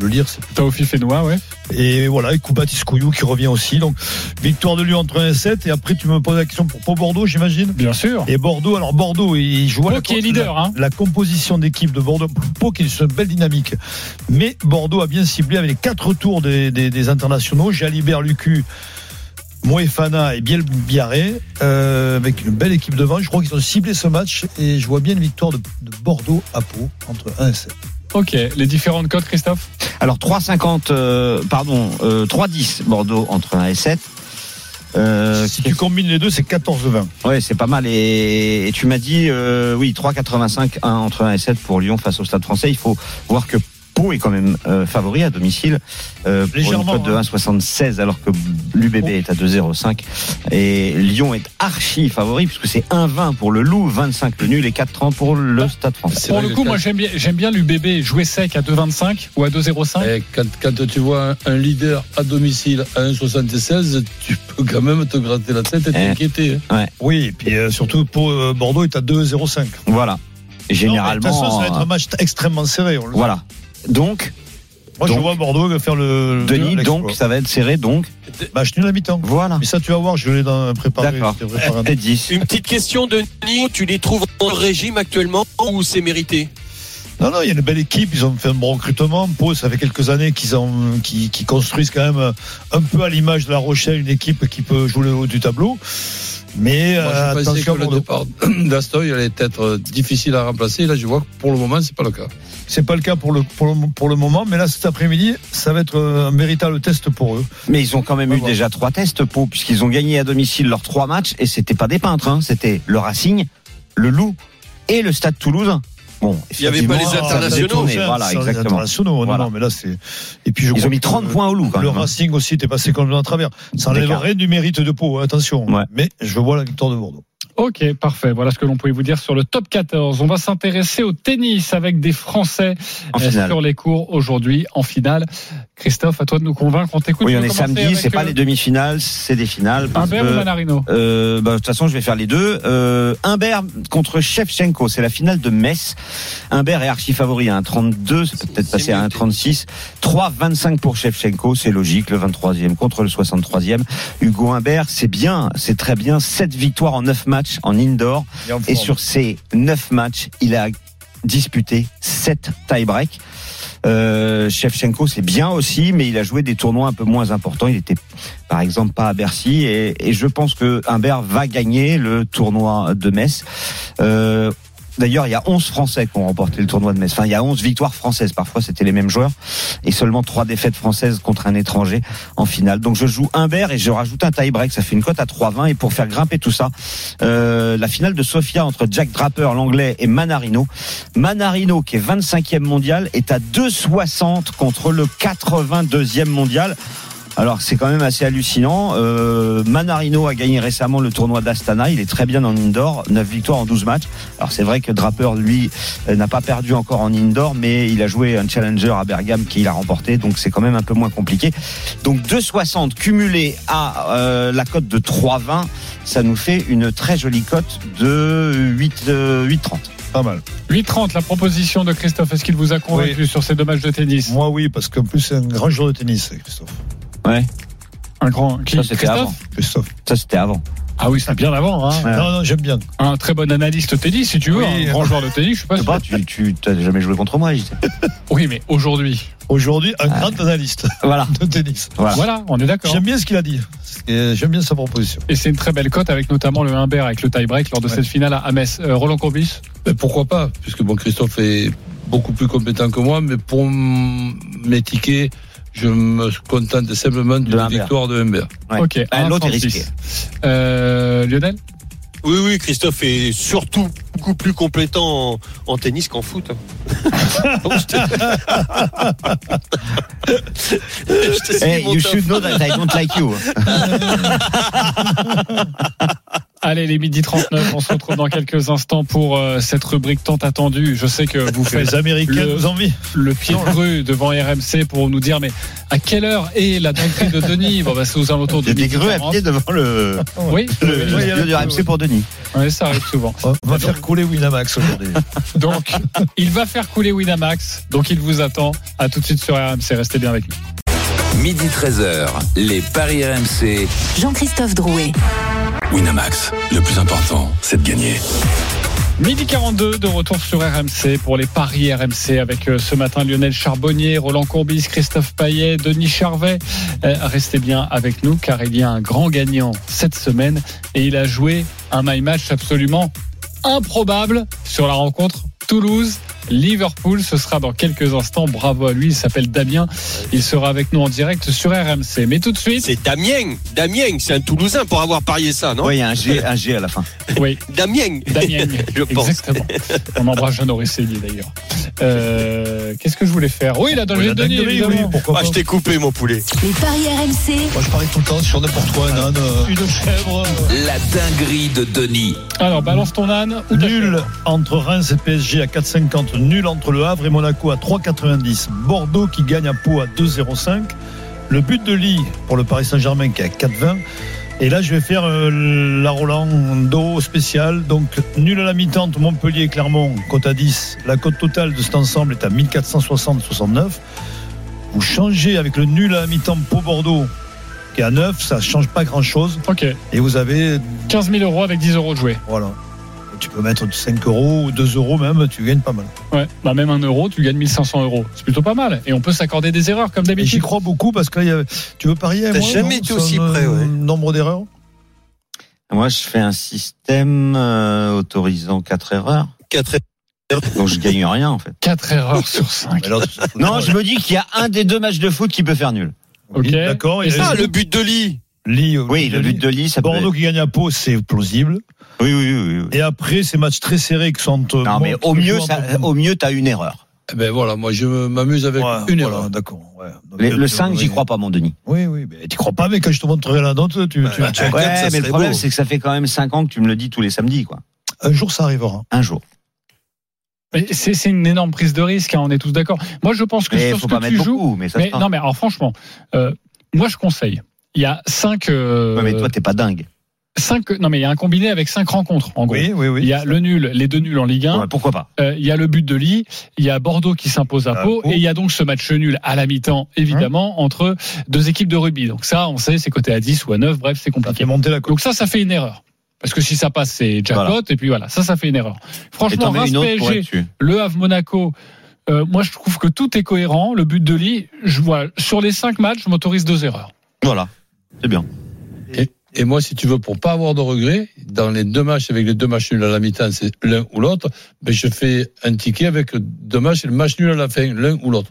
H: Le Lille, c'est
A: Taofi Fenois, ouais.
H: et voilà, et Koubatis Kouyou qui revient aussi. Donc, victoire de Lyon entre 1 et 7. Et après, tu me poses la question pour, pour Bordeaux, j'imagine.
A: Bien sûr.
H: Et Bordeaux, alors Bordeaux, il joue
A: Pau qui est leader, hein.
H: la composition d'équipe de Bordeaux. Pau qui est sur une belle dynamique. Mais Bordeaux a bien ciblé avec les quatre tours des, des, des internationaux. Jalibert, Lucu, Moefana et Biel Biarré. euh, avec une belle équipe devant. Je crois qu'ils ont ciblé ce match. Et je vois bien une victoire de, de Bordeaux à Pau entre 1 et 7.
A: Ok, les différentes codes, Christophe
C: Alors 3,50, euh, pardon, euh, 3,10 Bordeaux entre 1 et 7. Euh,
H: si tu combines les deux, c'est 14-20.
C: ouais, c'est pas mal. Et, et tu m'as dit, euh, oui, 3,85, 1 entre 1 et 7 pour Lyon face au Stade français. Il faut voir que Pau est quand même euh, favori à domicile euh, pour une
H: Légèrement,
C: cote de
H: hein.
C: 1,76 alors que l'UBB est à 2,05 et Lyon est archi favori puisque c'est 1,20 pour le Loup, 25 le nul et 4,30 pour le Stade français.
A: Pour
K: vrai
A: le
K: que
A: coup,
K: ça-
A: moi j'aime bien, j'aime bien l'UBB jouer sec à 2,25 ou à 2,05.
K: Eh, quand, quand tu vois un, un leader à domicile à 1,76, tu peux quand même te gratter la
C: Eh.
K: tête et t'inquiéter. hein.
H: Oui, et puis euh, surtout, Pau, euh, Bordeaux est à 2-0-5.
C: Voilà.
H: Non, mais de toute façon,
C: Généralement, euh,
H: ça va être un match extrêmement serré. on le-
C: voilà. Donc,
H: Moi, je
C: Donc.
H: vois Bordeaux faire le.
C: Denis,
H: le-
C: donc ça va être serré, donc
H: Bah, je suis nul à mi-temps.
C: voilà.
H: Mais ça, tu vas voir, je l'ai dans- préparé.
C: D'accord.
H: je t'ai préparé
C: *laughs*
H: un-
C: Et 10.
G: Une petite question, Denis. Tu les trouves en régime actuellement ou c'est mérité
H: Non, non, il y a une belle équipe. Ils ont fait un bon recrutement. Pau, ça fait quelques années qu'ils ont, qu'ils, qu'ils construisent quand même euh, un peu à l'image de La Rochelle une équipe qui peut jouer le haut du tableau. Mais
K: Moi,
H: euh,
K: je pensais que
H: attention, à
K: le
H: Bordeaux.
K: départ *clears throat* d'Astoy allait être euh, difficile à remplacer. Là, je vois que pour le moment, c'est pas le cas.
H: c'est pas le cas pour le, pour le pour le moment. Mais là, cet après-midi, ça va être euh, un véritable test pour eux.
C: Mais ils ont quand même
H: Ouais,
C: eu
H: ouais.
C: déjà trois tests, Pau, puisqu'ils ont gagné à domicile leurs trois matchs, et c'était pas des peintres, hein, c'était le Racing, le Loup et le Stade Toulouse. Bon,
G: y avait pas
C: effectivement,
G: les
C: ça faisait
G: internationaux.
C: tourner, Voilà,
H: Sans les
C: exactement.
H: internationaux, non,
C: Voilà.
H: non, mais là, c'est. Et puis, je
C: Ils
H: crois
C: ont mis
H: que,
C: 30
H: euh,
C: points au Loup, quand
H: Le
C: même. hein.
H: Racing aussi était passé complètement à travers. Ça enlève
C: D'écart.
H: rien du mérite de Pau, hein, attention.
C: Ouais.
H: Mais je vois la victoire de Bordeaux.
A: Ok, parfait. Voilà ce que l'on pouvait vous dire sur le top 14. On va s'intéresser au tennis avec des Français
C: En
A: euh,
C: finale.
A: sur les cours aujourd'hui en finale. Christophe, à toi de nous convaincre. On t'écoute.
C: Oui,
A: Tu
C: on
A: veux
C: est
A: commencer
C: samedi, c'est
A: avec,
C: pas
A: euh,
C: les Euh, demi-finales, c'est des finales. parce
A: Humbert
C: que-
A: ou Manarino
C: Euh, bah, de toute façon, je vais faire les deux. Euh, Humbert contre Shevchenko, c'est la finale de Metz. Humbert est archi favori à 1,32, c'est peut-être
G: C'est
C: passé à
G: mieux.
C: 1,36. 3,25 pour Shevchenko, c'est logique, le 23e contre le 63e. Hugo Humbert, c'est bien, c'est très bien. 7 victoires en 9 matchs en indoor.
H: Et en
C: Et
H: forme.
C: sur ces 9 matchs, il a disputé 7 tie-break. Euh, Shevchenko, c'est bien aussi, mais il a joué des tournois un peu moins importants. Il était, par exemple, pas à Bercy. Et, et je pense que Humbert va gagner le tournoi de Metz. Euh, D'ailleurs, il y a 11 Français qui ont remporté le tournoi de Metz. Enfin, il y a 11 victoires françaises. Parfois, c'était les mêmes joueurs. Et seulement 3 défaites françaises contre un étranger en finale. Donc, je joue Humbert et je rajoute un tie-break. Ça fait une cote à 3,20. Et pour faire grimper tout ça, euh, la finale de Sofia entre Jack Draper, l'anglais, et Manarino. Manarino, qui est 25e mondial, est à 2,60 contre le 82e mondial. Alors c'est quand même assez hallucinant. Euh, Manarino a gagné récemment le tournoi d'Astana. Il est très bien en indoor, 9 victoires en 12 matchs. Alors c'est vrai que Draper, lui, euh, n'a pas perdu encore en indoor, mais il a joué un challenger à Bergame qu'il a remporté, donc c'est quand même un peu moins compliqué. Donc 2,60 cumulé à euh, la cote de 3,20, ça nous fait une très jolie cote de 8, euh, 8,30.
H: Pas mal.
A: 8-30, la proposition de Christophe. Est-ce qu'il vous a convaincu sur ces deux matchs de tennis
H: Moi, oui, parce qu'en plus, c'est un grand joueur de tennis, Christophe.
A: Un grand. Qui
C: Ça, c'était
A: Christophe
C: avant.
H: Christophe.
C: Ça c'était avant.
A: Ah oui, c'est bien d'avant. Hein.
C: Ouais. euh,
H: Non, non, j'aime bien.
A: Un très bon analyste tennis, si tu veux.
H: Oui.
A: Un grand joueur de tennis, je suis pas
C: Je sais
A: sûr.
C: pas, tu, tu t'as jamais joué contre moi, Gilles.
A: Oui, mais aujourd'hui.
H: Aujourd'hui,
G: Ah.
H: un grand analyste
C: Voilà.
H: de tennis.
C: Voilà.
A: Voilà, on est d'accord.
H: J'aime bien ce qu'il a dit. Et J'aime bien sa proposition.
A: Et c'est une très belle cote avec notamment le Humbert avec le tie-break lors de
H: Ouais.
A: cette finale à Metz. Euh, Roland Courbis
K: Mais pourquoi pas Puisque bon, Christophe est beaucoup plus compétent que moi, mais pour m- mes tickets, je me contente simplement
C: De
K: d'une
C: Humbert.
K: victoire de Humbert.
C: Ouais.
A: Ok,
C: Ah, l'autre est
A: 1,36.
C: risqué.
A: Euh, Lionel
G: Oui, oui, Christophe, et surtout beaucoup plus complétant en, en tennis qu'en foot. Je te suis
C: Hey,
G: mon
C: you
G: top.
C: should know that I don't like you.
A: Allez, les midi 39, on se retrouve dans quelques instants pour euh, cette rubrique tant attendue. Je sais que vous
E: Que
A: faites
E: *laughs* les Américains
A: le-
E: nous envient.
A: le pied cru devant RMC pour nous dire, mais à quelle heure est la dinguerie de Denis Bon, bah, c'est aux alentours
C: Il y a
A: de
C: des
A: midi
C: grues à
A: 40.
C: pied devant le,
E: *laughs*
A: Oui,
C: le,
A: oui,
C: le
A: oui,
C: studio de RMC pour Denis.
A: oui, ça arrive souvent.
E: On va faire couler Winamax aujourd'hui.
A: Donc, il va faire couler Winamax. Donc, il vous attend. À tout de suite sur RMC. Restez bien avec nous.
D: Midi 13h, les Paris RMC.
B: Jean-Christophe Drouet.
J: Winamax, le plus important, c'est de gagner.
A: Midi 42 de retour sur RMC pour les paris RMC avec euh, ce matin Lionel Charbonnier, Roland Courbis, Christophe Payet, Denis Charvet. Euh, Restez bien avec nous car il y a un grand gagnant cette semaine et il a joué un my match absolument improbable sur la rencontre Toulouse. Liverpool, ce sera dans quelques instants. Bravo à lui, il s'appelle Damien. Il sera avec nous en direct sur RMC. Mais tout de suite,
G: C'est Damien. Damien, c'est un Toulousain pour avoir parié ça, non
C: Oui, il y a un G, un G à la fin.
A: oui,
G: Damien.
A: Damien.
G: *laughs* Je pense.
A: Exactement. On embrasse Jean Auriceli d'ailleurs. Euh, Qu'est-ce que je voulais faire Oui, la
E: Oui,
A: dinguerie
E: la
A: de Denis,
E: dinguerie, oui,
A: évidemment.
E: pourquoi
G: Ah,
E: pas.
G: je t'ai coupé, mon poulet.
B: Les paris RMC.
E: Moi, je parie tout le temps sur n'importe quoi, un âne. euh,
A: Une chèvre.
D: La dinguerie de Denis.
A: Alors, balance ton âne ou ta chèvre.
E: Nul entre Reims et PSG à 4,50. Nul entre Le Havre et Monaco à 3,90. Bordeaux qui gagne à Pau à 2,05. Le but de Lille pour le Paris Saint-Germain qui est à 4,20. Et là, je vais faire euh, la Rolando spéciale. Donc, nul à la mi-temps entre Montpellier et Clermont, cote à 10. La cote totale de cet ensemble est à 1460,69. Vous changez avec le nul à la mi-temps Pau-Bordeaux qui est à 9. Ça ne change pas grand-chose.
A: Ok.
E: Et vous avez
A: 15 000 euros avec 10 euros de jouer.
E: voilà. Tu peux mettre 5 euros ou 2 euros même, tu gagnes pas mal.
A: Ouais. Bah, même 1 euro, tu gagnes 1500 euros. C'est plutôt pas mal. Et on peut s'accorder des erreurs, comme
E: Et j'y
A: d'habitude.
E: crois beaucoup parce que euh, tu veux parier
G: T'as
E: moi,
G: jamais
E: non,
G: été
E: sur
G: aussi
E: le
G: près, ouais.
E: Nombre d'erreurs
C: Moi, je fais un système euh, autorisant 4 erreurs.
G: Quatre-
C: Donc, je gagne rien,
E: *laughs*
C: en fait.
A: 4 erreurs sur 5.
C: Non, je me dis qu'il y a un des deux match de foot qui peut faire nul.
A: *laughs* Ok.
E: D'accord.
A: Et
E: Et
G: Ah, le but de lit.
E: Lille, euh,
C: Oui, le but de Lille, ça peut
E: Bordeaux
C: être...
E: qui gagne à Pau, c'est plausible.
C: Oui, oui, oui. oui.
E: Et après, ces matchs très serrés qui sont. euh,
C: Non, mais
E: montrent
C: au
E: le
C: mieux,
E: joueur
C: ça-
E: de-
C: au mieux, t'as une erreur.
H: Eh ben voilà, moi je m'amuse avec
E: Ouais,
H: une
E: voilà,
H: erreur.
E: D'accord. ouais. Donc,
C: Le,
E: euh,
C: le
E: tu-
C: 5, j'y
E: oui.
C: crois pas, mon Denis.
E: Oui, oui, mais tu crois pas, mais quand je te montrerai la note, tu. tu- tu-
G: quatre, ça
C: Ouais, mais
G: serait
C: le problème,
G: beau.
C: c'est que ça fait quand même 5 ans que tu me le dis tous les samedis, quoi.
E: Un jour, ça arrivera.
C: Un jour.
A: Mais C'est c'est une énorme prise de risque, hein, on est tous d'accord. Moi, je pense que
C: Mais
A: sur
C: Eh, faut
A: ce
C: pas
A: que
C: mettre
A: tu joues.
C: beaucoup, mais ça
A: mais,
C: se tente.
A: non, mais alors, franchement, euh, moi, je conseille. Il y a 5.
C: Ouais, mais toi, t'es pas dingue.
A: non, mais il y a un combiné avec 5 rencontres, en gros.
E: Oui, oui, oui.
A: il y a le nul, les deux nuls en Ligue 1.
C: Ouais, pourquoi pas
A: Euh, il y a le but de Lille, il y a Bordeaux qui s'impose à
E: À
A: Pau,
E: Pau.
A: et il y a donc ce match nul à la mi-temps, évidemment, entre deux équipes de rugby. Donc ça, on sait, c'est coté à 10 ou à 9, bref, c'est
E: Ça fait
A: compliqué.
E: monter la cote.
A: Donc ça, ça fait une erreur. Parce que si ça passe, c'est jackpot,
C: Voilà.
A: et puis voilà, ça, ça fait une erreur.
C: Et
A: Franchement,
C: t'en mets
A: Reims
C: une autre pour être
A: PSG,
C: dessus.
A: Le Havre Monaco, euh, moi, je trouve que tout est cohérent. Le but de Lille, je vois, sur les 5 matchs, je m'autorise deux erreurs.
C: Voilà. C'est bien.
H: Et moi, si tu veux, pour pas avoir de regrets, dans les deux matchs avec les deux matchs nuls à la mi-temps, c'est l'un ou l'autre, ben je fais un ticket avec deux matchs et le match nul à la fin, l'un ou l'autre.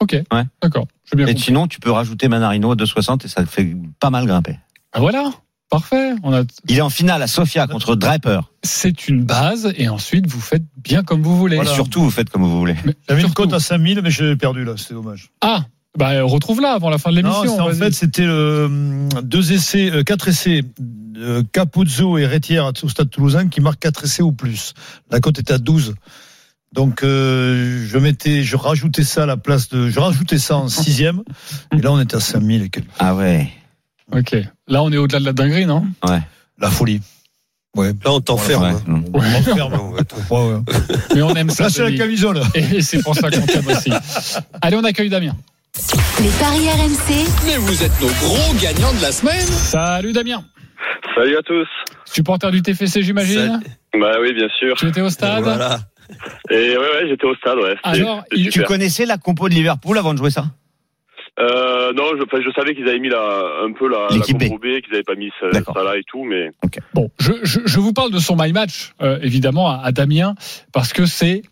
A: Ok,
C: Ouais.
A: d'accord, je bien
C: Et
A: compris.
C: sinon, tu peux rajouter Manarino à 2,60 et ça fait pas mal grimper.
A: Ah, Voilà, parfait. On a...
C: Il est en finale à Sofia contre Draper.
A: C'est une base, et ensuite, vous faites bien comme vous voulez.
C: Et surtout, vous faites comme vous voulez.
A: Mais
E: J'avais une
A: surtout-
E: cote à 5000, mais je l'ai perdue là, c'est dommage.
A: Ah, bah retrouve-la avant la fin de
E: Non,
A: l'émission.
E: c'est- en
A: vas-y.
E: fait, c'était euh, deux essais, euh, quatre essais. euh, Capuzzo et Rétière au stade toulousain qui marquent quatre essais ou plus. La cote est à 12. Donc euh, je mettais, je rajoutais ça à la place de, je rajoutais ça en sixième. Et là on était à 5000 et quelques.
C: Ah ouais.
A: Ok. Là, on est au-delà de la
E: *laughs*
A: dinguerie, non
E: La folie. Ouais.
G: Là, on t'enferme.
C: Ouais.
G: hein.
C: Mm.
E: On enferme.
G: Non, attends.
E: Ouais, ouais.
A: *laughs* Mais on aime ça.
E: Là c'est la
A: Denis.
E: camisole.
A: Et c'est pour ça qu'on
E: *laughs*
A: t'aime aussi. Allez, on accueille Damien.
B: Les paris RMC.
D: Mais vous êtes nos gros gagnants de la semaine.
A: Salut Damien.
I: Salut à tous.
A: Supporter du TFC, j'imagine.
I: Bah oui, bien sûr.
A: Tu étais au stade.
G: Voilà.
I: Et ouais, ouais, j'étais au stade, ouais. C'était-
A: Alors,
I: c'était
A: il-
C: Tu
I: super.
C: connaissais la compo de Liverpool avant de jouer ça
I: Euh, non, je, enfin, je savais qu'ils avaient mis la, un peu la, la
C: L'équipe B.
I: compo B, qu'ils avaient pas mis ça,
C: D'accord.
I: ça là et tout, mais
A: Bon, je, je- je vous parle de son my match, euh, évidemment, à, à Damien, parce que c'est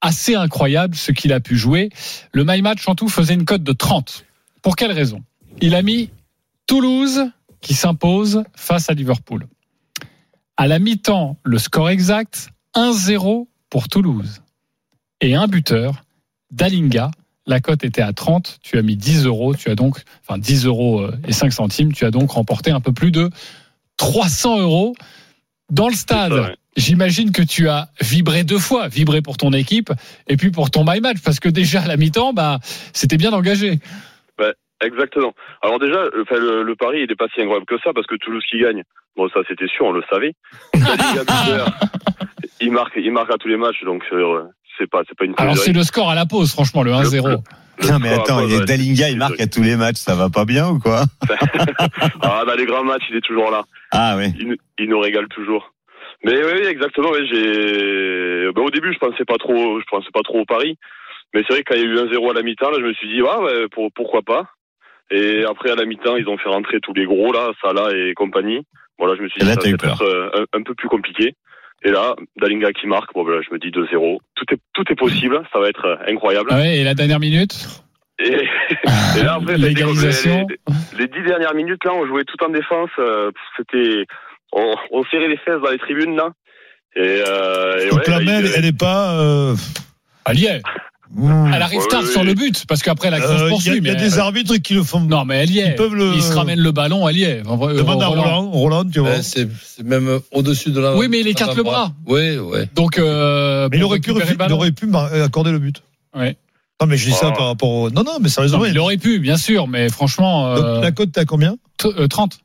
A: assez incroyable ce qu'il a pu jouer. Le my match, en tout, faisait une cote de 30. Pour quelle raison Il a mis Toulouse qui s'impose face à Liverpool. À la mi-temps, le score exact, 1-0 pour Toulouse et un buteur, Dalinga. La cote était à 30, tu as mis 10 euros, tu as donc, enfin 10 euros euh, et 5 centimes, tu as donc remporté un peu plus de 300 euros dans le stade.
G: Ouais.
A: J'imagine que tu as vibré deux fois, vibré pour ton équipe et puis pour ton my match, parce que déjà à la mi-temps, bah, c'était bien engagé.
G: Exactement. Alors déjà, le, enfin, le, le pari, il n'est pas si incroyable que ça, parce que Toulouse qui gagne, bon ça c'était sûr, on le
A: *laughs*
G: savait. La Ligue à buteur, il marque, il marque à tous les matchs, donc euh, c'est pas, c'est pas une
A: Alors c'est
G: connerie.
A: le score à la pause, franchement, le 1-0.
G: Le
C: Non, mais
E: Ah,
G: score,
C: attends,
G: après,
C: il est
G: ouais,
C: Dalinga,
G: c'est
C: il marque
G: truc.
C: à tous les matchs, ça va pas bien ou quoi
G: Ah bah les grands matchs, il est toujours là.
C: Ah oui.
G: Il, nous- il nous régale toujours. Mais Eh oui, oui, exactement. oui, j'ai. bah, au début, je pensais pas trop, je pensais pas trop au pari. Mais c'est vrai que quand il y a eu 1-0 à la mi-temps, là, je me suis dit, ah, ouais, pour- pourquoi pas. Et après à la mi-temps, ils ont fait rentrer tous les gros là, Salah et compagnie. Bon là, je me suis
C: Et
G: dit,
C: là,
G: ça
C: t'as eu
G: va
C: peur.
G: être euh, un, un peu plus compliqué. Et là, Dalinga qui marque, bon, ben, là, je me dis 2-0. Tout est, tout est possible, ça va être euh, incroyable.
A: Ah ouais, et la dernière minute,
G: Et, et là,
F: *laughs*
G: après, ça a été comme
A: L'égalisation.
G: les- les dix dernières minutes, là, on jouait tout en défense. euh, pff, C'était, on, on serrait les fesses dans les tribunes, là. Et, euh, et
F: Toute
G: ouais,
F: la
G: là,
F: main,
G: il-
F: elle n'est pas. euh,
A: Allier.
F: ouh.
A: Elle arrive
G: Ouais,
A: tard
G: ouais,
A: sur
G: ouais.
A: le but, parce qu'après la course
F: Mmh. Euh, Il y a-
A: poursuit.
F: il y, a
A: mais-
F: des arbitres qui le font.
A: Non, mais elle y est.
F: Ils peuvent le-
A: Il se ramène le ballon, elle y est. En vrai,
F: Demande à
A: Roland.
F: Roland, hein, Roland, tu vois.
H: Ouais, c'est c'est même au-dessus de la.
A: Oui, mais il écarte le bras.
H: Oui, oui.
A: Donc, euh,
F: Mais il
A: pour
F: aurait, pu,
A: récupérer
F: refu-
A: le ballon.
F: il aurait pu mar- euh, accorder le but.
A: Ouais.
F: Non, mais je dis ça
G: Oh.
F: par rapport au. Non, non, mais
A: Non,
F: sérieusement.
A: mais il aurait pu, bien sûr, mais franchement,
F: Donc,
A: euh,
F: la cote, t'as combien
A: t- euh, 30.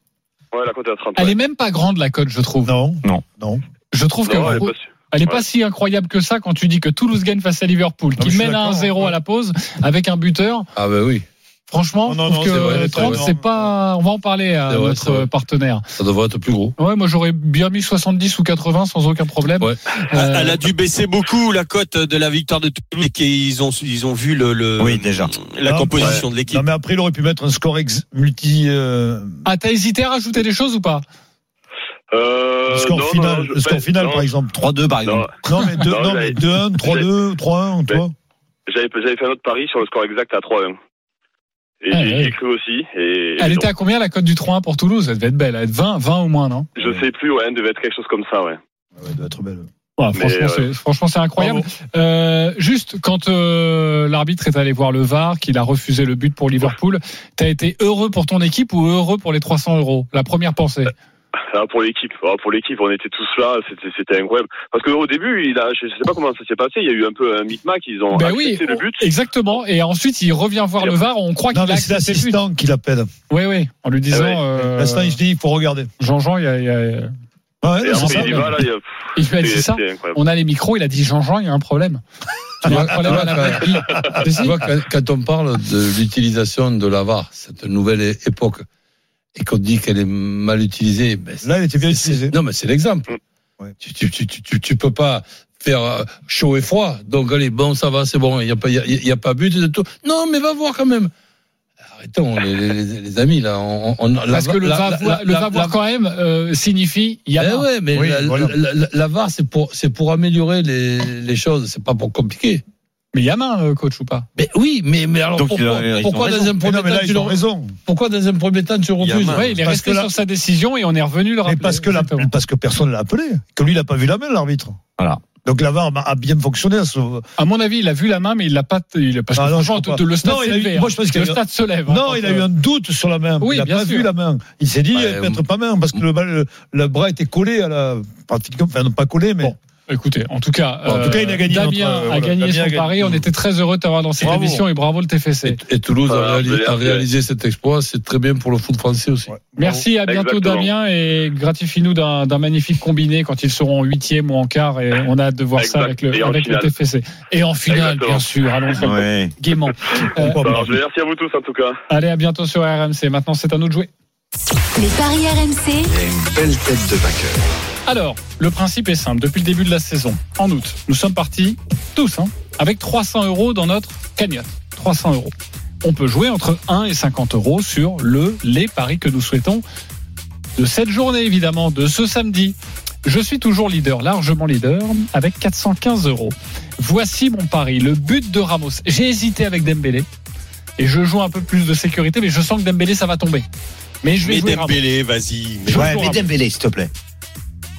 G: ouais, la cote est à 30.
A: Elle
G: ouais.
A: est même pas grande, la cote, je trouve.
F: Non.
C: Non.
F: Non.
A: Je trouve qu'elle
G: Non, elle
A: que.
G: est pas sûre.
A: Elle n'est
G: Ouais.
A: pas si incroyable que ça quand tu dis que Toulouse gagne face à Liverpool,
F: mais
A: qui
F: je suis
A: mène à
F: d'accord, hein.
A: 1-0
F: ouais.
A: à la pause avec un buteur.
H: Ah, ben oui.
A: Franchement,
F: Non, non,
A: je trouve
F: non, c'est
A: que
H: vrai, c'est
A: 30,
F: vrai.
A: c'est pas. On va en parler à
H: C'est vrai,
A: notre
H: c'est vrai.
A: partenaire.
H: Ça devrait être plus gros.
A: Ouais, moi j'aurais bien mis 70 ou 80 sans aucun problème.
H: Ouais.
A: Euh,
L: Ah, Elle a dû baisser beaucoup la cote de la victoire de Toulouse et ils ont, ils ont vu le, le-
C: Oui, déjà.
L: la
F: Non,
L: composition de l'équipe.
F: Non, mais après, il aurait pu mettre un score ex multi. euh,
A: Ah, t'as hésité à rajouter des choses ou pas
G: Euh,
F: le score
G: non,
F: final,
G: non, je-
F: le score
G: ben,
F: final
G: non,
F: par exemple.
C: 3-2 par exemple.
G: non,
F: Non, mais deux-
G: Non,
F: non, mais
G: j'avais-
F: 2-1, 3-2, 3-1, tu
G: Ben,
F: vois.
G: j'avais, j'avais fait un autre pari sur le score exact à 3-1. Et
A: Ah,
G: j'ai
A: ouais.
G: j'y ai cru aussi. Et, et
A: Elle
G: donc,
A: était à combien la cote du 3-1 pour Toulouse Elle devait être belle, elle devait être 20, 20 au moins, non
G: je sais plus, ouais, elle devait être quelque chose comme ça, ouais.
F: Ouais, doit être belle.
A: Ouais,
G: Mais,
A: Bah, franchement,
G: euh,
A: c'est- franchement, c'est incroyable. Euh, juste quand euh, l'arbitre est allé voir le VAR, qu'il a refusé le but pour Liverpool, t'as été heureux pour ton équipe ou heureux pour les 300 euros La première pensée.
G: Ah, pour l'équipe, Ah, pour l'équipe, on était tous là, c'était, c'était incroyable. Parce que au début, il a, je sais pas comment ça s'est passé, il y a eu un peu un micmac, ils ont
A: Ben oui,
G: accepté le
A: on-
G: but.
A: exactement. Et ensuite, il revient voir
G: Et
A: le VAR. On croit qu'il
F: Non,
A: a
F: mais c'est
A: accepté le but.
F: l'assistant qui l'appelle.
A: Oui, oui. En lui disant,
G: Eh oui.
A: euh,
F: L'assistant, il se dit, il faut regarder.
A: Jean-Jean, il, y a- il y a-
F: Ouais,
G: Et
F: non, c'est
G: après,
F: ça.
G: il y va, là, il y a-
A: il lui a dit
G: c'est-
A: ça.
G: c'est incroyable.
A: On a les micros. Il a dit Jean-Jean, il y a un problème. Il y
G: *laughs*
A: a un problème à la rugby. Mais si.
H: Tu vois, Ah quand, quand on parle de l'utilisation de la VAR, cette nouvelle é- époque, et qu'on dit qu'elle est mal utilisée, ben, c'est-
F: Là, il était bien
H: c'est-
F: utilisé.
H: Non, mais c'est l'exemple.
F: Ouais.
H: Tu, tu, tu, tu, tu- tu peux pas faire euh, chaud et froid. Donc, allez, bon, ça va, c'est bon. Il n'y a, pas- il y a, il y a pas but de tout. Non, mais va voir quand même. Arrêtons, les, les- les- les amis, là. On, on- la-
A: Parce que le
H: la-
A: va
H: la-
A: voir- le
H: la-
A: va voir
H: la-
A: quand même euh, signifie il y a.
H: Eh
A: main.
H: ouais, mais
F: Oui,
H: la,
F: voilà.
H: la- la- la VAR, c'est pour, c'est pour améliorer les, les choses. C'est pas pour compliquer.
A: Mais il y a main, euh, coach ou pas
H: Mais oui, mais, mais alors
C: Donc,
H: pourquoi,
C: ils ont- ils ont
H: pourquoi
C: raison.
H: dans un
F: Mais
H: premier
F: non, mais
H: temps
F: là,
H: tu
F: ils ont
H: le-
F: raison.
H: pourquoi dans un premier temps tu
L: Il y a
H: refuses
L: main.
A: Ouais, il est
F: Parce
A: resté
F: que là-
A: sur sa décision et on est revenu le
F: Mais
A: rappeler.
F: parce que, la-
A: Exactement.
F: parce que personne l'a appelé. Que lui, il n'a pas vu la main, l'arbitre.
C: Voilà.
F: Donc la VAR a bien fonctionné. à ce-
A: À mon avis, il a vu la main, mais il l'a pas. Il a, parce que
F: Ah non, je
A: franchement,
F: crois
A: te- te- le stade
F: Non, il
A: s'est
F: a eu-
A: levé,
F: moi,
A: hein.
F: je pense qu'il
A: le
F: a eu-
A: stade se lève. hein,
F: Non,
A: quand,
F: il a eu
A: euh,
F: un doute sur la main.
A: Oui,
F: il n'a
A: bien
F: pas
A: sûr.
F: vu la main. Il s'est dit
H: Ouais,
F: euh, peut-être pas main parce que le, bras- le- le bras était collé à la pratiquement, enfin non pas collé mais
A: Bon. Écoutez, en tout cas,
F: Bon, en tout cas, il a gagné
A: Damien
F: notre, euh,
A: a
F: voilà,
A: gagné
F: Damien
A: son
F: a gagné.
A: pari. On était très heureux de t'avoir dans cette
F: Bravo.
A: émission et bravo le TFC.
H: Et, et Toulouse
G: Ah,
H: a, réalisé,
G: c'est-à-dire
H: a
G: que-
H: réalisé cet exploit, c'est très bien pour le foot français aussi.
F: Ouais.
A: Merci, à bientôt
G: Exactement.
A: Damien et gratifie-nous d'un d'un magnifique combiné quand ils seront en huitième ou en quart et on a hâte de voir ça
G: Exact.
A: avec le,
G: Et en
A: avec le
G: finale.
A: TFC. Et en finale,
G: Exactement.
A: bien sûr, allons-y
C: Ouais.
A: gaiement. Euh,
F: Bon,
G: Alors, Bah, je les remercie à vous tous, en tout cas.
A: allez, à bientôt sur RMC. Maintenant, c'est à nous de jouer.
B: Les paris RMC,
M: Il y a une belle tête de vainqueur.
A: Alors, le principe est simple. Depuis le début de la saison, en août, nous sommes partis tous hein, avec 300 euros dans notre cagnotte. 300 euros. On peut jouer entre 1 et 50 euros sur le les paris que nous souhaitons de cette journée, évidemment, de ce samedi. Je suis toujours leader, largement leader, avec 415 euros. Voici mon pari, le but de Ramos. J'ai hésité avec Dembélé et je joue un peu plus de sécurité, mais je sens que Dembélé ça va tomber. Mais je vais
L: Mais
A: jouer Ramos.
L: Dembélé, vas-y. mais-
A: Je joue
C: Ouais, mais
A: Ramos.
C: Dembélé, s'il te plaît.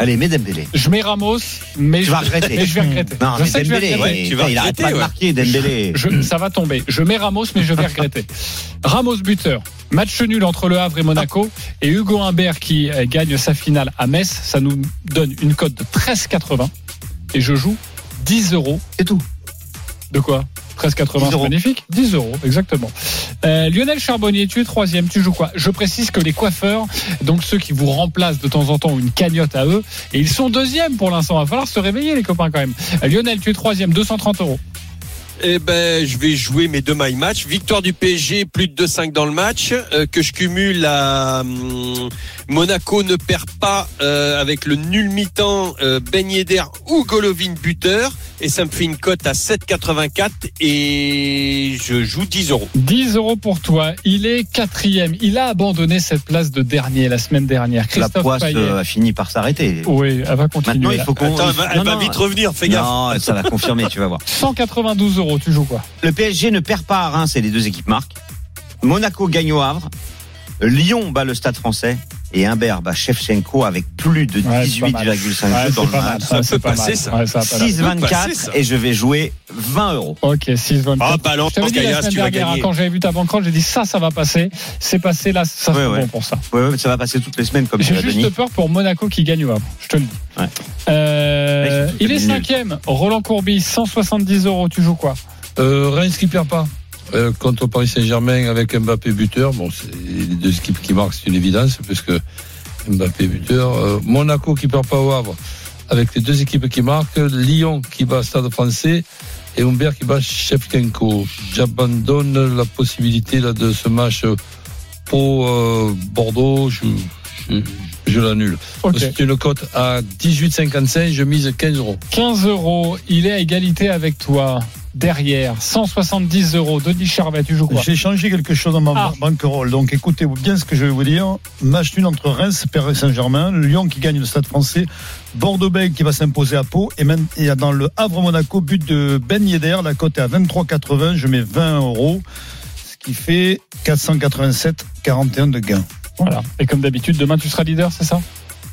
C: Allez, mets Dembélé.
A: Je mets Ramos, mais
C: Tu
A: je,
C: vas regretter.
A: mais je vais regretter.
C: Non,
A: je
C: mais
A: sais que je vais
C: Dembélé,
A: regretter.
C: il-
G: Tu vas
C: il arrête
G: regretter,
C: pas de
G: ouais.
C: marquer, Dembélé.
A: Je- ça va tomber. Je mets Ramos, mais je vais regretter. Ramos buteur. Match nul entre Le Havre et Monaco. Et Hugo Humbert qui euh, gagne sa finale à Metz. Ça nous donne une cote de 13,80. Et je joue 10 euros.
C: C'est tout.
A: De quoi 13,80,
C: 10
A: c'est
C: euros.
A: magnifique. 10 euros, exactement. Euh, Lionel Charbonnier, tu es troisième, tu joues quoi Je précise que les coiffeurs, donc ceux qui vous remplacent de temps en temps une cagnotte à eux, et ils sont deuxièmes pour l'instant. Va falloir se réveiller, les copains, quand même. Euh, Lionel, tu es troisième, 230 euros.
G: Eh ben, je vais jouer mes deux my match. Victoire du PSG, plus de 2-5 dans le match, euh, que je cumule à hum, Monaco ne perd pas euh, avec le nul mi-temps euh, Ben Yedder ou Golovin buteur. Et ça me fait une cote à 7,84 et je joue 10 euros.
A: 10 euros pour toi. Il est quatrième. Il a abandonné cette place de dernier la semaine dernière.
C: La
A: Christophe
C: poisse
A: Payet. Oh,
C: euh, a fini par s'arrêter.
A: Oui, elle va continuer.
C: Maintenant, il
A: là.
C: faut qu'on.
G: Attends, elle va, elle
C: Non,
G: va
C: non.
G: vite revenir, fais gaffe.
C: Non, ça va confirmer, tu vas voir.
A: 192 euros, tu joues quoi
C: Le PSG ne perd pas à Reims et les deux équipes marquent. Monaco gagne au Havre. Lyon bat le stade français. Et Imbert bat Shevchenko avec plus de
A: Ouais, c'est pas mal.
C: 18,5
A: Ouais,
C: jeux dans
A: c'est
C: le
A: pas mal.
C: match.
A: Ouais, c'est
G: peut
A: pas mal.
G: passer, ça.
A: Ouais, ça va pas mal.
C: 6,24
G: C'est ça.
C: et je vais jouer 20 euros.
A: Ok, 6 24.
G: Ah, balance,
A: je t'avais dit la
G: Gaillas,
A: semaine
G: tu vas
A: dernière, hein,
G: gagner.
A: quand j'avais vu ta banquerolle, j'ai dit ça, ça va passer. C'est passé là, ça
C: Ouais,
A: c'est
C: ouais.
A: bon pour ça.
C: Ouais, ouais, mais ça va passer toutes les semaines comme tu
A: J'ai
C: l'as,
A: juste
C: Denis.
A: peur pour Monaco qui gagne au Havre, je te le dis.
C: Ouais.
A: Euh,
C: Ouais, surtout
A: il
C: que
A: est
C: le nul.
A: cinquième. Roland Courbis, 170 euros, tu joues quoi
H: Euh, Reims qui perd pas. Euh, contre Paris Saint-Germain avec Mbappé buteur, bon, c'est les deux équipes qui marquent, c'est une évidence, puisque Mbappé buteur. Euh, Monaco qui perd pas au Havre, avec les deux équipes qui marquent. Lyon qui bat Stade français et Humbert qui bat Shevchenko. J'abandonne la possibilité là, de ce match pour euh, Bordeaux, je, je, je l'annule.
A: Ok.
H: C'est une cote à 18,55, je mise 15 euros.
A: 15 euros, il est à égalité avec toi. Derrière, 170 euros. Denis Charvet, tu joues quoi
E: J'ai changé quelque chose dans ma
A: Ah.
E: banquerolle. Donc écoutez bien ce que je vais vous dire. Match nul entre Reims, Paris Saint-Germain, Lyon qui gagne le Stade français, Bordeaux-Bègles qui va s'imposer à Pau et, même, et dans le Havre-Monaco, but de Ben Yedder. La cote est à 23,80. Je mets 20 euros, ce qui fait 487,41 de gain.
A: Voilà. Et comme d'habitude, demain tu seras leader, c'est ça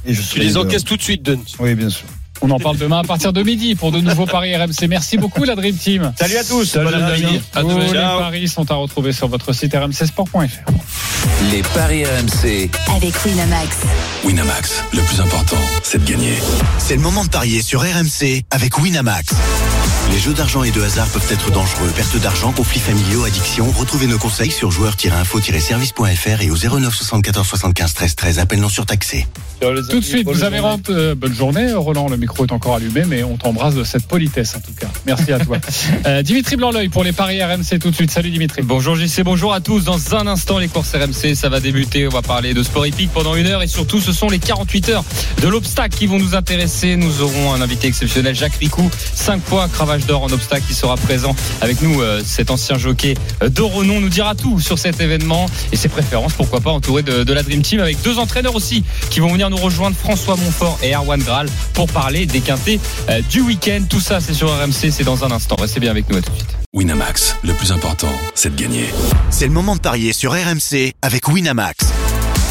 E: Et je
G: Tu
E: suis
G: les
E: leader.
G: encaisses tout de suite, Dunn.
E: Oui, bien sûr.
A: On en parle demain à partir de midi pour de nouveaux paris RMC. Merci beaucoup la Dream Team.
C: Salut à tous.
H: Salut,
C: Bon
H: Denis.
C: après-midi.
H: À
A: Tous
H: demain.
A: les
G: Ciao.
A: paris sont à retrouver sur votre site rmcsport.fr.
D: Les paris RMC.
B: avec Winamax.
J: Winamax, le plus important, c'est de gagner.
L: C'est le moment de parier sur RMC avec Winamax. Les jeux d'argent et de hasard peuvent être dangereux. Perte d'argent, conflits familiaux, addiction. Retrouvez nos conseils sur joueurs-info-service.fr et au 09 74 75 13 13. Appel non surtaxé.
A: Tout de suite, vous avez rentre. euh, bonne journée, Roland. Le micro est encore allumé, mais on t'embrasse de cette politesse en tout cas. Merci à toi. Euh, Dimitri Blanc-L'œil pour les paris RMC tout de suite. Salut Dimitri.
N: Bonjour JC, bonjour à tous. Dans un instant, les courses RMC, ça va débuter. On va parler de sport hippique pendant une heure et surtout, ce sont les 48 heures de l'obstacle qui vont nous intéresser. Nous aurons un invité exceptionnel, Jacques Ricou, cinq fois cravache d'or en obstacle, qui sera présent avec nous. euh, cet ancien jockey euh, de renom nous dira tout sur cet événement et ses préférences, pourquoi pas, entouré de, de la Dream Team avec deux entraîneurs aussi qui vont venir nous rejoindre, François Montfort et Erwan Graal, pour parler des quintés euh, du week-end. Tout ça, c'est sur RMC, c'est dans un instant. Restez bien avec nous, à tout de suite.
J: Winamax, le plus important, c'est de gagner.
L: C'est le moment de parier sur RMC avec Winamax.